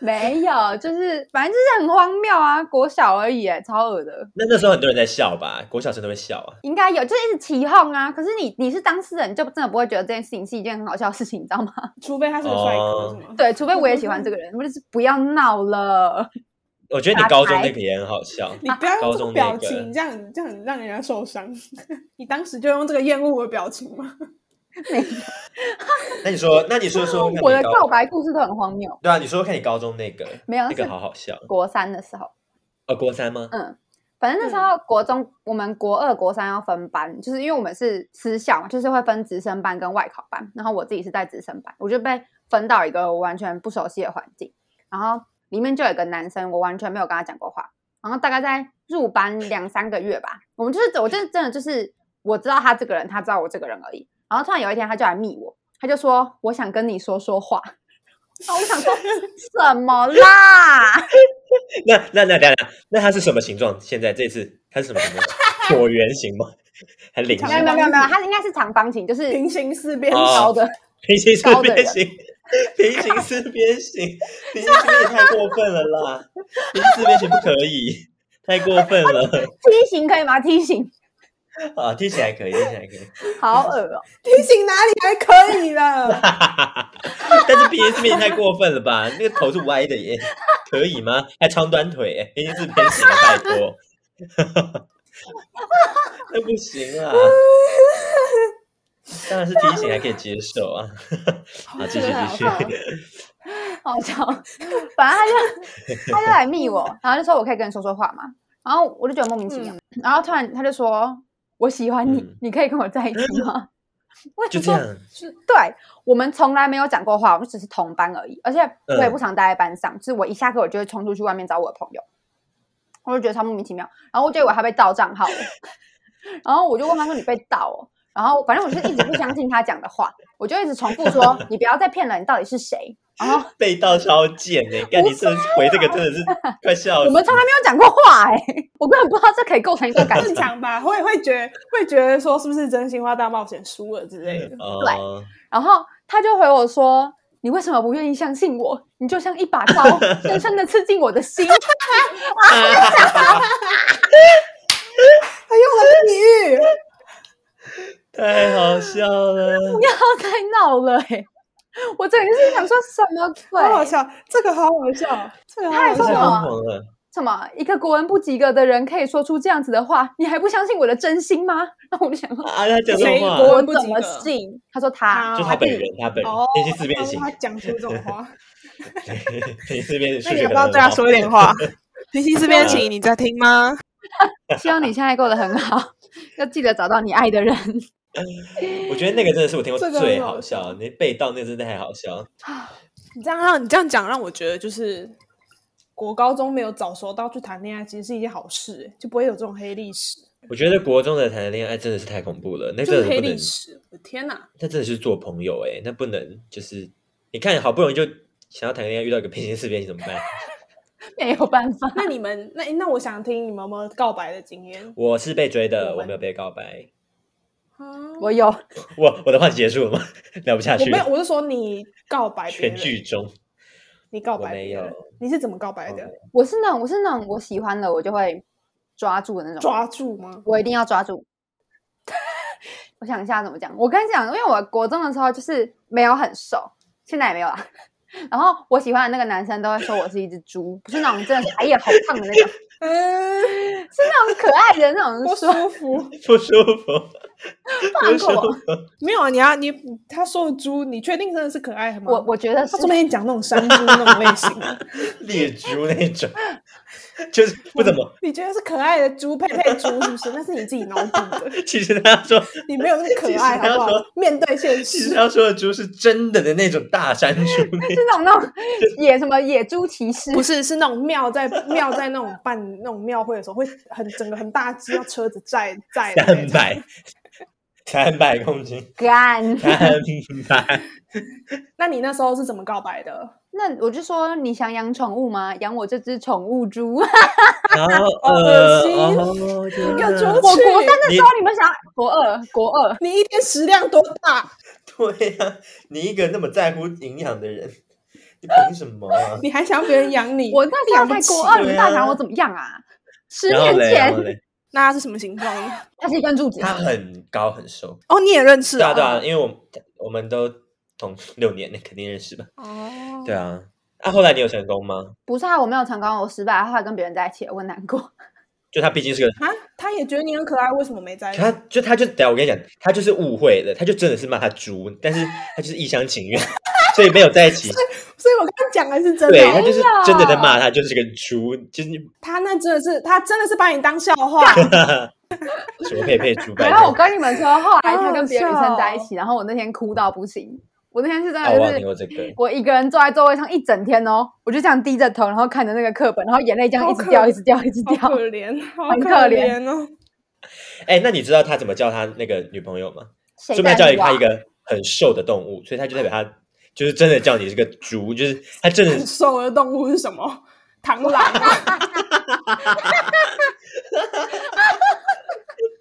A: 没有，就是反正就是很荒谬啊，国小而已，哎，超恶的，
B: 那那时候很多人在笑吧？国小生都会笑啊。
A: 应该有，就是一直起哄啊。可是你你是当事人，你就真的不会觉得这件事情是一件很好笑的事情，你知道吗？ <laughs>
C: 除非他是个帅哥，
B: 哦
C: 是吗？
A: 对，除非我也喜欢这个人，我就是不要闹了。
B: 我觉得你
A: 打
B: 高中
A: 牌
B: 那个也很好笑，
C: 你不要用
B: 高
C: 这个
B: 中
C: 表
B: 那个
C: 情，这样这样很让人家受伤。 <laughs> 你当时就用这个厌恶我的表情吗？ <laughs>
B: 那你说， <laughs> 那你说说看你
A: 我的
B: 高
A: 告白故事都很荒谬。
B: 对啊，你说说看你高中那个
A: 没有
B: 那
A: 是
B: 个好好笑。
A: 国三的时候，
B: 哦，国三吗？
A: 嗯，反正那时候国中，我们国二、国三要分班，就是因为我们是私校嘛，就是会分直升班跟外考班。然后我自己是在直升班，我就被分到一个我完全不熟悉的环境，然后里面就有一个男生，我完全没有跟他讲过话。然后大概在入班两三个月吧，我们就是我就是真的就是我知道他这个人，他知道我这个人而已。然后突然有一天，他就来密我，他就说我想跟你说说话。 <laughs> 然后我想说什么啦？
B: 那那那等一下等一下，那它是什么形状？现在这次它是什么形状？椭圆形吗？还菱形
A: 没有？没有没有没有，他应该是长方形，就是
C: 平行四边 <laughs>
B: 哦
A: 高
C: 高
A: 的。 <laughs>
B: 平行四
A: 高的
B: 边
A: 人
B: 形，平行四边形， <laughs> 平行四边形太过分了啦！平行四边形不可以，太过分了
A: 梯形可以吗？梯形
B: 啊！听起来可以，听起来可以，
A: 好恶哦、
C: 提醒哪里还可以了？
B: <laughs> 但是平行四边形太过分了吧？那个头是歪的耶，可以吗？还长短腿耶，平行四边形，拜托， <laughs> 那不行啊！当然是梯形还可以接受啊！好，继续继续， <laughs>
A: 好笑。 <laughs> 反正他 <laughs> 就他就来密我，然后就说我可以跟你说说话嘛。然后我就觉得莫名其妙，然后突然他就说我喜欢你，
B: 嗯
A: 你可以跟我在一起吗？ <laughs> 我
B: 就
A: 想
B: 这
A: 说，
B: 样。
A: 对我们从来没有讲过话，我们只是同班而已，而且
B: 嗯
A: 我也不常待在班上，就是我一下课我就会冲出去外面找我的朋友，我就觉得超莫名其妙，然后我就以为他被盗账号了， <laughs> 然后我就问他说你被盗哦，然后反正我就是一直不相信他讲的话，我就一直重复
B: <laughs>
A: 说你不要再骗了，你到底是谁？然后
B: 被盗超贱呢、欸！干你这回这个真的是快笑
A: 我
B: 死！
A: 们从来没有讲过话哎、我根本不知道这可以构成一段感
C: 正 <laughs>
A: 情。
C: 常吧，会会觉得会觉得
B: 嗯
C: 说是不是真心话大冒险输了之类的。
B: 哦，
A: 然后他就回我说：“你为什么不愿意相信我？你就像一把刀，深深的刺进我的心。
B: 呃
C: <laughs> 他用了比喻，
B: 太好笑了
A: 不。要再闹了、欸！ <laughs> 我整个是想说什么
C: 好好
A: 鬼？
C: 笑，这个好好笑，这个好
A: 太
C: 好
A: 疯
B: 太
A: 了
C: 笑。
B: 疯狂了！
A: 什么一个国文不及格的人可以说出这样子的话？你还不相信我的真心吗？ <laughs> 然后我就想说，
B: 啊，他讲这
C: 谁
B: 种话，
C: 国
A: 我
C: 文不
A: 怎
C: 及
A: 么
C: 格
A: 信？他说他
C: 他
B: 就他本 <laughs> 人，他本人
C: 哦，
B: 练习四边形
C: 他，讲出这种
B: <laughs>
C: 话，
B: 练习四边形，
C: 那你
B: 数学可
C: 要
B: 能
C: 不要
B: 很
C: 对他
B: 好
C: 说一点话？
D: 平行四边形，你在听吗？
A: 希望你现在过得很好，要记得找到你爱的人。
B: <laughs>
A: <laughs>
B: 我觉得那个真的是我听过
C: 这个
B: 最
C: 很好
B: 好笑，那被盗那真的太好笑。
C: 你这样让你这样讲，让我觉得就是国高中没有早熟到去谈恋爱，其实是一件好事、欸，就不会有这种黑历史，
B: 我觉得国中的谈恋爱真的是太恐怖了，那
C: 就
B: 真
C: 是
B: 的
C: 黑
B: 哎不能
C: 历，史。我的天哪！
B: 那真的是做朋友哎、那不能就是你看好不容易就想要谈恋爱，遇到一个偏心四边形怎么
C: <laughs>
B: 办？
A: 没有办法，
C: 那你们那那我想听你们有没有告白的经验？
B: 我是被追的，
C: 我
B: 我
C: 们
B: 没有被告白。
C: 啊
A: 我有，
B: 我我的话题结束了吗？ <laughs> 聊不下
C: 我
B: 去
C: 没有，
B: 了。
C: 我是说你告白别
B: 全剧
C: 人，
B: 终，
C: 你告
B: 我
C: 白
B: 没
C: 别人
B: 有，哦
C: 你是怎么告白的？
A: 我是那种，我是那种，我喜欢了我就会抓住的那种，
C: 抓住吗？
A: 我一定要抓住。我想一下怎么讲。我跟你讲，因为我国中的时候就是没有很瘦，现在也没有啦。然后我喜欢的那个男生都会说我是一只猪，不是那种真的是哎呀好胖的那种，
C: 嗯，
A: 是那种可爱的那种
C: 不
A: 说
C: 舒服。
B: 不舒服，
A: 放
B: 不舒
A: 过我。
B: 服。
C: 没有啊，你要你他说的猪，你确定真的是可爱吗？
A: 我我觉得是
C: 他，昨天讲那种山猪那种类型的， <laughs>
B: 猎猪那种， <laughs> 就是不怎么。
C: 你觉得是可爱的猪佩佩猪是不是？那是你自己脑补的，
B: 其实他说，
C: 你没有那么可爱
B: 其实他
C: 好不
B: 说
C: 好？面对现
B: 其实
C: 实，
B: 他说的猪是真的的那种大山猪那种
A: 是那种那种野什么野猪骑士，
C: 不是是那种庙在庙在那种办那种庙会的时候，会很整个很大只，要车子载载的那
B: 三
C: 种。
A: <laughs>
B: 百，三百公斤，
A: 干。
C: 哎
B: 三百。
C: 那你那时候是怎么告白的？
A: 那我就说你想养宠物吗？养我这只宠物猪。 <laughs> 我
B: 好
C: 恶
B: 恶
C: 心
B: 哦天
C: 给我
B: 哪
C: 出
A: 国
C: 去！
A: 三的时候
B: 你
A: 你们想国二国二，
C: 你一天食量多大？
B: 对呀、你一个那么在乎营养的人，你凭什么啊？
C: 你还想要别人养你？
A: 我那时候
C: 养不
A: 才
C: 起
A: 国二，你们大
B: 对啊
A: 想我怎么样啊？十
B: 然后
A: 年
B: 嘞，然后
A: 前
B: 嘞，
D: 那他是什么形状？
A: 它是一根柱子，
B: 他很高很瘦，
D: 哦，你也认识
B: 对啊
D: 啊？
B: 对啊，因为我们我们都同六年，那肯定认识吧？
D: 哦，
B: 对啊，那、后来你有成功吗？
A: 不是啊，我没有成功，我失败，然后来跟别人在一起了，我很难
B: <laughs>
A: 过。
B: 就他毕竟是个，
C: 啊，他也觉得你很可爱，为什么没在一起？
B: 他就他就等一下我跟你讲，他就是误会了，他就真的是骂他猪，但是他就是一厢情 <laughs> 愿，所以没有在一起。
C: 所以我刚刚讲的是真
B: 对他
C: 的，
B: 就是真的在骂他，就是个猪，就是
C: 他那真的是他真的是把你当笑话。
B: 什么佩佩猪拜 <laughs>
A: 然后我
B: 托。
A: 跟你们说，后来
C: 好
A: 他
C: 好
A: 跟别的女
C: 笑
A: 生
C: 哦
A: 在一起，然后我那天哭到不行，我那天是真
B: 啊，我忘
A: 的
B: 了听
A: 就是。
B: 过这个，
A: 我一个人坐在座位上一整天哦，我就这样低着头，然后看着那个课本，然后眼泪这样
C: 好
A: 一直
C: 可
A: 掉，一直掉，一直
C: 好
A: 掉。
C: 可怜，好
A: 很可
C: 怜哦！
B: 哎，那你知道他怎么叫他那个女朋友吗？
A: 谁
B: 顺便叫
A: 带路啊
B: 他
A: <laughs>
B: 一个很瘦的动物，所以他就代表他就是真的叫你是个猪，就是他真
C: 很
B: 的
C: 瘦的动物是什么？螳螂啊，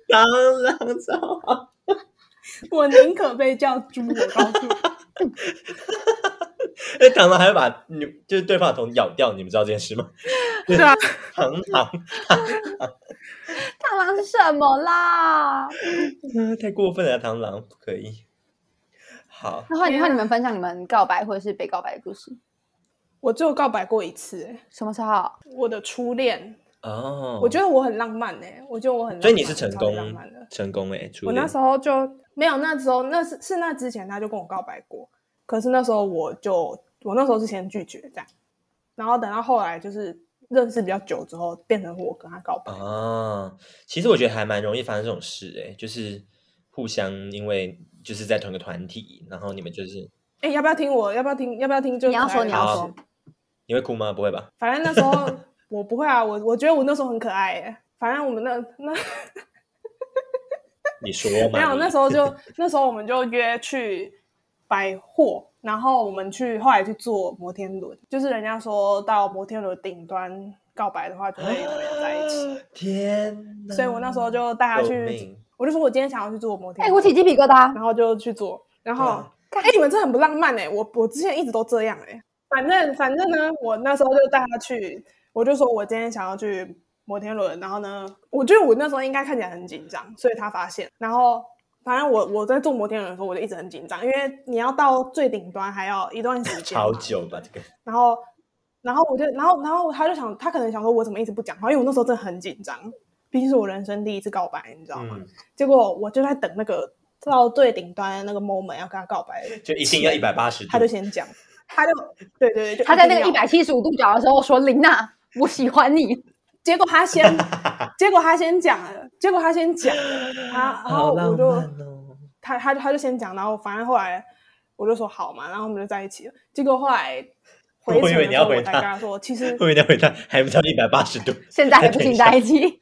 B: 当然糟。
C: <laughs> 我宁可被叫猪，我告诉你，
B: 那螳哎螂还会把你就是对方的头咬掉，你们知道这件事吗？
D: 对啊，
B: 螳螂
A: 螳螂是什么啦？
B: 啊 <laughs> 太过分了，螳螂不可以。好，
A: 那换你
C: 天啊
A: 换你们分享你们告白或者是被告白的故事。
C: 我只有告白过一次、欸
A: 什么时候？
C: 我的初恋，
B: 哦，
C: 我觉得我很浪漫哎、我觉得我很浪漫，
B: 所以你是成
C: 超级
B: 功
C: 浪漫的。
B: 成功哎、欸，初
C: 我
B: 恋
C: 那时候就没有，那时候那是是那之前他就跟我告白过，可是那时候我就我那时候是先拒绝这样，然后等到后来就是认识比较久之后，变成我跟他告白。
B: 啊，其实我觉得还蛮容易发生这种事哎、就是互相因为就是在同一个团体，然后你们就是
C: 哎、要不要听我？要不要听？要不要听？就
A: 你要
C: 可
A: 说
C: 爱的
A: 你
B: 要
C: 故事
B: 说你会哭吗？不会吧？
C: 反正那时候 <laughs> 我不会啊，我我觉得我那时候很可爱耶。反正我们那那
B: 你说嘛？
C: 没有，
B: 你
C: 那时候
B: <laughs>
C: 就那时候我们就约去百货，然后我们去后来去坐摩天轮，就是人家说到摩天轮顶端告白的话，就会有人在一起。
B: 天哪，
C: 所以我那时候就带他
B: 啊救
C: 去
B: 命，
C: 我就说我今天想要去坐摩天
A: 哎、
C: 轮，
A: 我起鸡皮疙瘩。
C: 然后就去坐，然后
B: 啊
C: 哎、你们这很不浪漫哎、我我之前一直都这样哎、反正反正呢，我那时候就带他去，我就说我今天想要去摩天轮，然后呢，我觉得我那时候应该看起来很紧张，所以他发现，然后反正我我在坐摩天轮的时候，我就一直很紧张，因为你要到最顶端还要一段时间嘛，
B: 超久吧，这个
C: 然后，然后我就，然后，然后他就想，他可能想说，我怎么一直不讲话？因为我那时候真的很紧张，毕竟是我人生第一次告白，你知道吗？
B: 嗯，
C: 结果我就在等那个到最顶端的那个 moment 要跟他告
A: <laughs>
C: 白的，
B: 就一定要一百八十度
C: 他就，先讲，他就对对对，
A: <laughs>
C: 就
A: 他在那
B: <laughs>
A: 个
C: 定要
A: 一百七十五度角的时候说：“琳娜，我喜欢你。
C: 结果他先，
A: <laughs>
C: 结果他先讲了，结果他先讲了，他然后
B: 好浪
C: 我就
B: 漫哦。
C: 他他就他就先讲，然后反正后来我就说好嘛，然后我们就在一起了。结果后来回程
B: 我以为
C: 的
B: 你
C: 时候，
B: 要
C: 我
B: 回他
C: 才跟他说，其实
B: 后面那回答还不到一百八十度，”
A: 现
B: <laughs>
A: 在还不行在一起。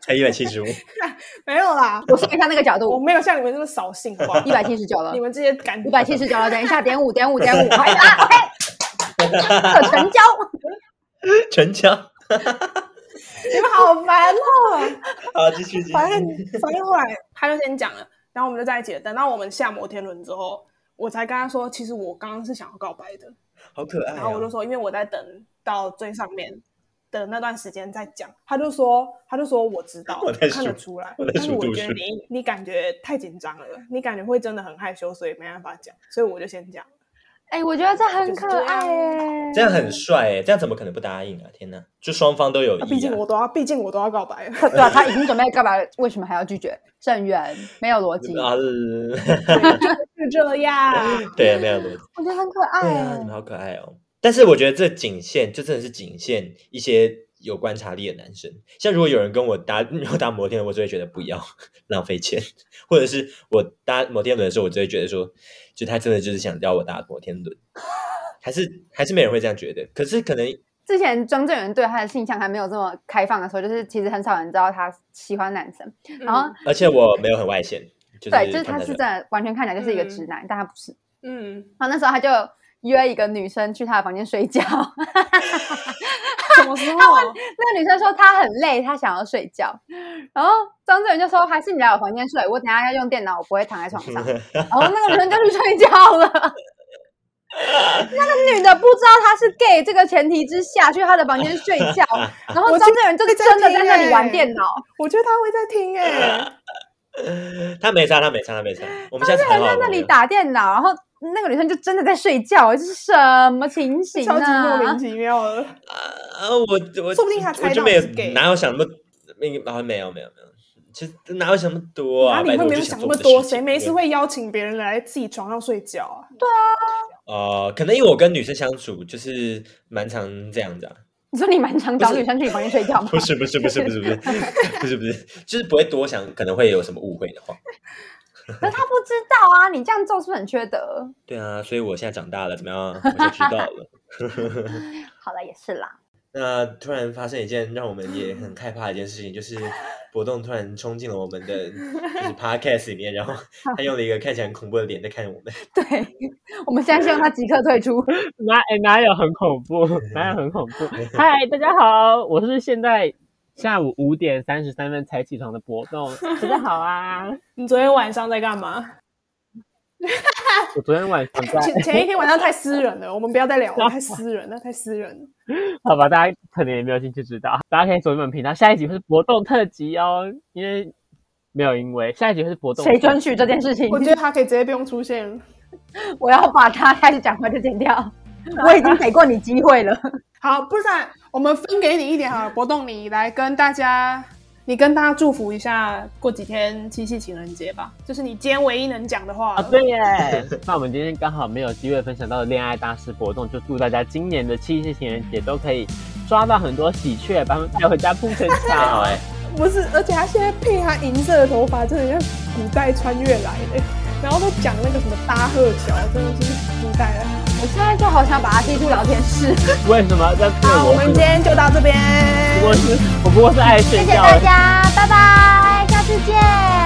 B: 才一百七十五，
C: 没有啦，
A: <laughs> 我算一下那个角
C: 我
A: 度，
B: <laughs>
C: 没有像你们那么扫兴，好不好？
A: <laughs> 一百七十九了
C: 你，们这些感
A: 五百七十九了。等一下，点五，点五，点五，
B: <laughs>
A: 还啊，OK，可成交。
B: 成交。
C: 你们好烦哦。
B: 好，继续继续。
C: 反正反正后来 <laughs> 他就先讲了，然后我们就在一起了。等到我们下摩天轮之后，我才跟他说，其实我刚刚是想要告白的。
B: 好可爱、哦。
C: 然后我就说，因为我在等到最上面的那段时间再讲。他就说，他就说我知道，
B: 我在数
C: 看得出来
B: 我在，
C: 但是
B: 数
C: 我
B: 度
C: 觉得
B: 数
C: 你你感觉太紧张了，你感觉会真的很害羞，所以没办法讲，所以我就先讲。
A: <laughs> 哎，我觉得这很
C: 就是
A: 可
C: 这样
A: 爱哎，
B: 这样很帅哎、这样怎么可能不答应啊？天哪，就双方都有意、啊。
C: 毕竟我都要，毕竟我都要
B: <laughs>
C: 告白了。
A: 可对啊，他已经准备干嘛？为什么还要拒绝？圣人没有逻辑， <laughs>
B: 啊，
C: 是这
B: <laughs>
C: 样，
A: 啊
C: 嗯
B: 对，啊没有逻辑。
A: 我觉得很可
B: 对
A: 爱
B: 啊，你
A: 哎
B: 们。好可爱哦。但是我觉得这仅限，就真的是仅限一些有观察力的男生。像如果有人跟我搭 <laughs> 要搭摩天轮，我就会觉得不要 <laughs> 浪费钱，或者是我搭摩天轮的时候，我就会觉得说，就他真的就是想要我搭摩天轮，还是还是没人会这样觉得。可是可能
A: 之前庄正元对他的性向还没有这么开放的时候，就是其实很少人知道他喜欢男生。然后
B: 而且我没有很外显，就是
A: 对，就是
B: 看
A: 他
B: 得
A: 是
B: 出
A: 真
B: 来
A: 的完全看起来就是一个
C: 嗯
A: 直男，但他不是。
C: 嗯，
A: 然后那时候他就约一个女生去他的房间睡觉， <laughs>
C: 什么时候？
A: 那个女生说她很累，她想要睡觉。然后张志远就说：“还是你来我房间睡，我等一下要用电脑，我不会躺在床
C: <laughs>
A: 上。”然后那个女生就去睡觉了。 <laughs> 那个女的不知道她是 gay 这个前提之下去她的房间睡
C: <laughs>
A: 觉，然后
C: 我
A: 张
C: 记
A: 志远就是
C: 得在
A: 真的
C: 听
A: 在那里玩
C: 欸
A: 电脑。
C: 我觉得他会
B: <laughs>
C: 在听哎、
B: 他没差，他没差，他没差。我们下次
A: 他
B: 很
A: 在
B: 好
A: 那
B: 玩
A: 里
B: 的
A: 打电脑，然后那个女生就真的在睡觉，这是什么情形
C: 超级莫
A: 啊
C: 名？其妙的。
B: 啊！我我
C: 说不定他
B: 我
C: 猜
B: 就
C: 到
B: 没
C: 你
B: 有
C: 是 gay
B: 哪有想那么没有没有没有，其实哪有想那么多啊？
C: 哪里
B: 拜
C: 会
B: 托我
C: 没有
B: 就想
C: 想那
B: 做
C: 么
B: 我的事
C: 多？
B: 情
C: 谁没事
B: 对
C: 会邀请别人来自己床上睡觉啊？
B: 呃，可能因为我跟女生相处就是蛮常这样子啊。 <laughs>
A: 你说你蛮常找女生去你房间睡觉吗？
B: 不是不是不是不是不是 <laughs> 不是不是，就是不会多想，可能会有什么误会的话。
A: 可是他不知道啊，你这样做是不是很缺德？
B: 对啊，所以我现在长大了，怎么样？我就知道了。
A: 好了，也是啦，
B: 那突然发生一件让我们也很害怕的一件事情，就是博栋突然冲进了我们的就是 podcast 里面，然后他用了一个看起来很恐怖的脸在看我们。
A: 对，我们现在希望他即刻退出。
E: 哪哎哪有很恐怖，哪有很恐怖。嗨，大家好，我是现在下午五点三十三分才起床的博栋，大家好啊。
C: 你昨天晚上在干嘛？
E: 我昨天晚上在，
C: 前前一天晚上太私人了，我们不要再 <laughs> 聊了，太私人了，太私人了。
E: 好吧，大家可能也没有兴趣知道，大家可以走进我们频道，下一集会是博栋特辑哦，因为没有因为下一集会是博栋特
A: 谁
E: 辑。
A: 准许这件事情？
C: 我觉得他可以直接不用出现了。
A: 我要把他开始讲话就剪掉。我已经给过你机会了，
C: 好，不然我们分给你一点好了，博动你来跟大家，你跟大家祝福一下，过几天七夕情人节吧，这是你今天唯一能讲的话
E: 啊，
C: 了。
E: 对耶！那我们今天刚好没有机会分享到恋爱大师活动，就祝大家今年的七夕情人节都可以抓到很多喜鹊，把它们带回家铺成
B: 太好
C: <laughs>
E: 桥。
B: 哎、
C: 不是，而且他现在配他银色的头发，真的像古代穿越来的。然后都讲那个什么搭鹤桥，真的是古代啊了。
A: <laughs> 我现在就好想把他踢出聊天室。
E: 为什么？但是
C: 好，我
E: 我
C: 们
E: 不
C: 今天就到这边。
E: 过是，我不过是爱睡
A: 谢谢
E: 觉
A: 大
E: 而已。
A: 家，拜拜，下次见。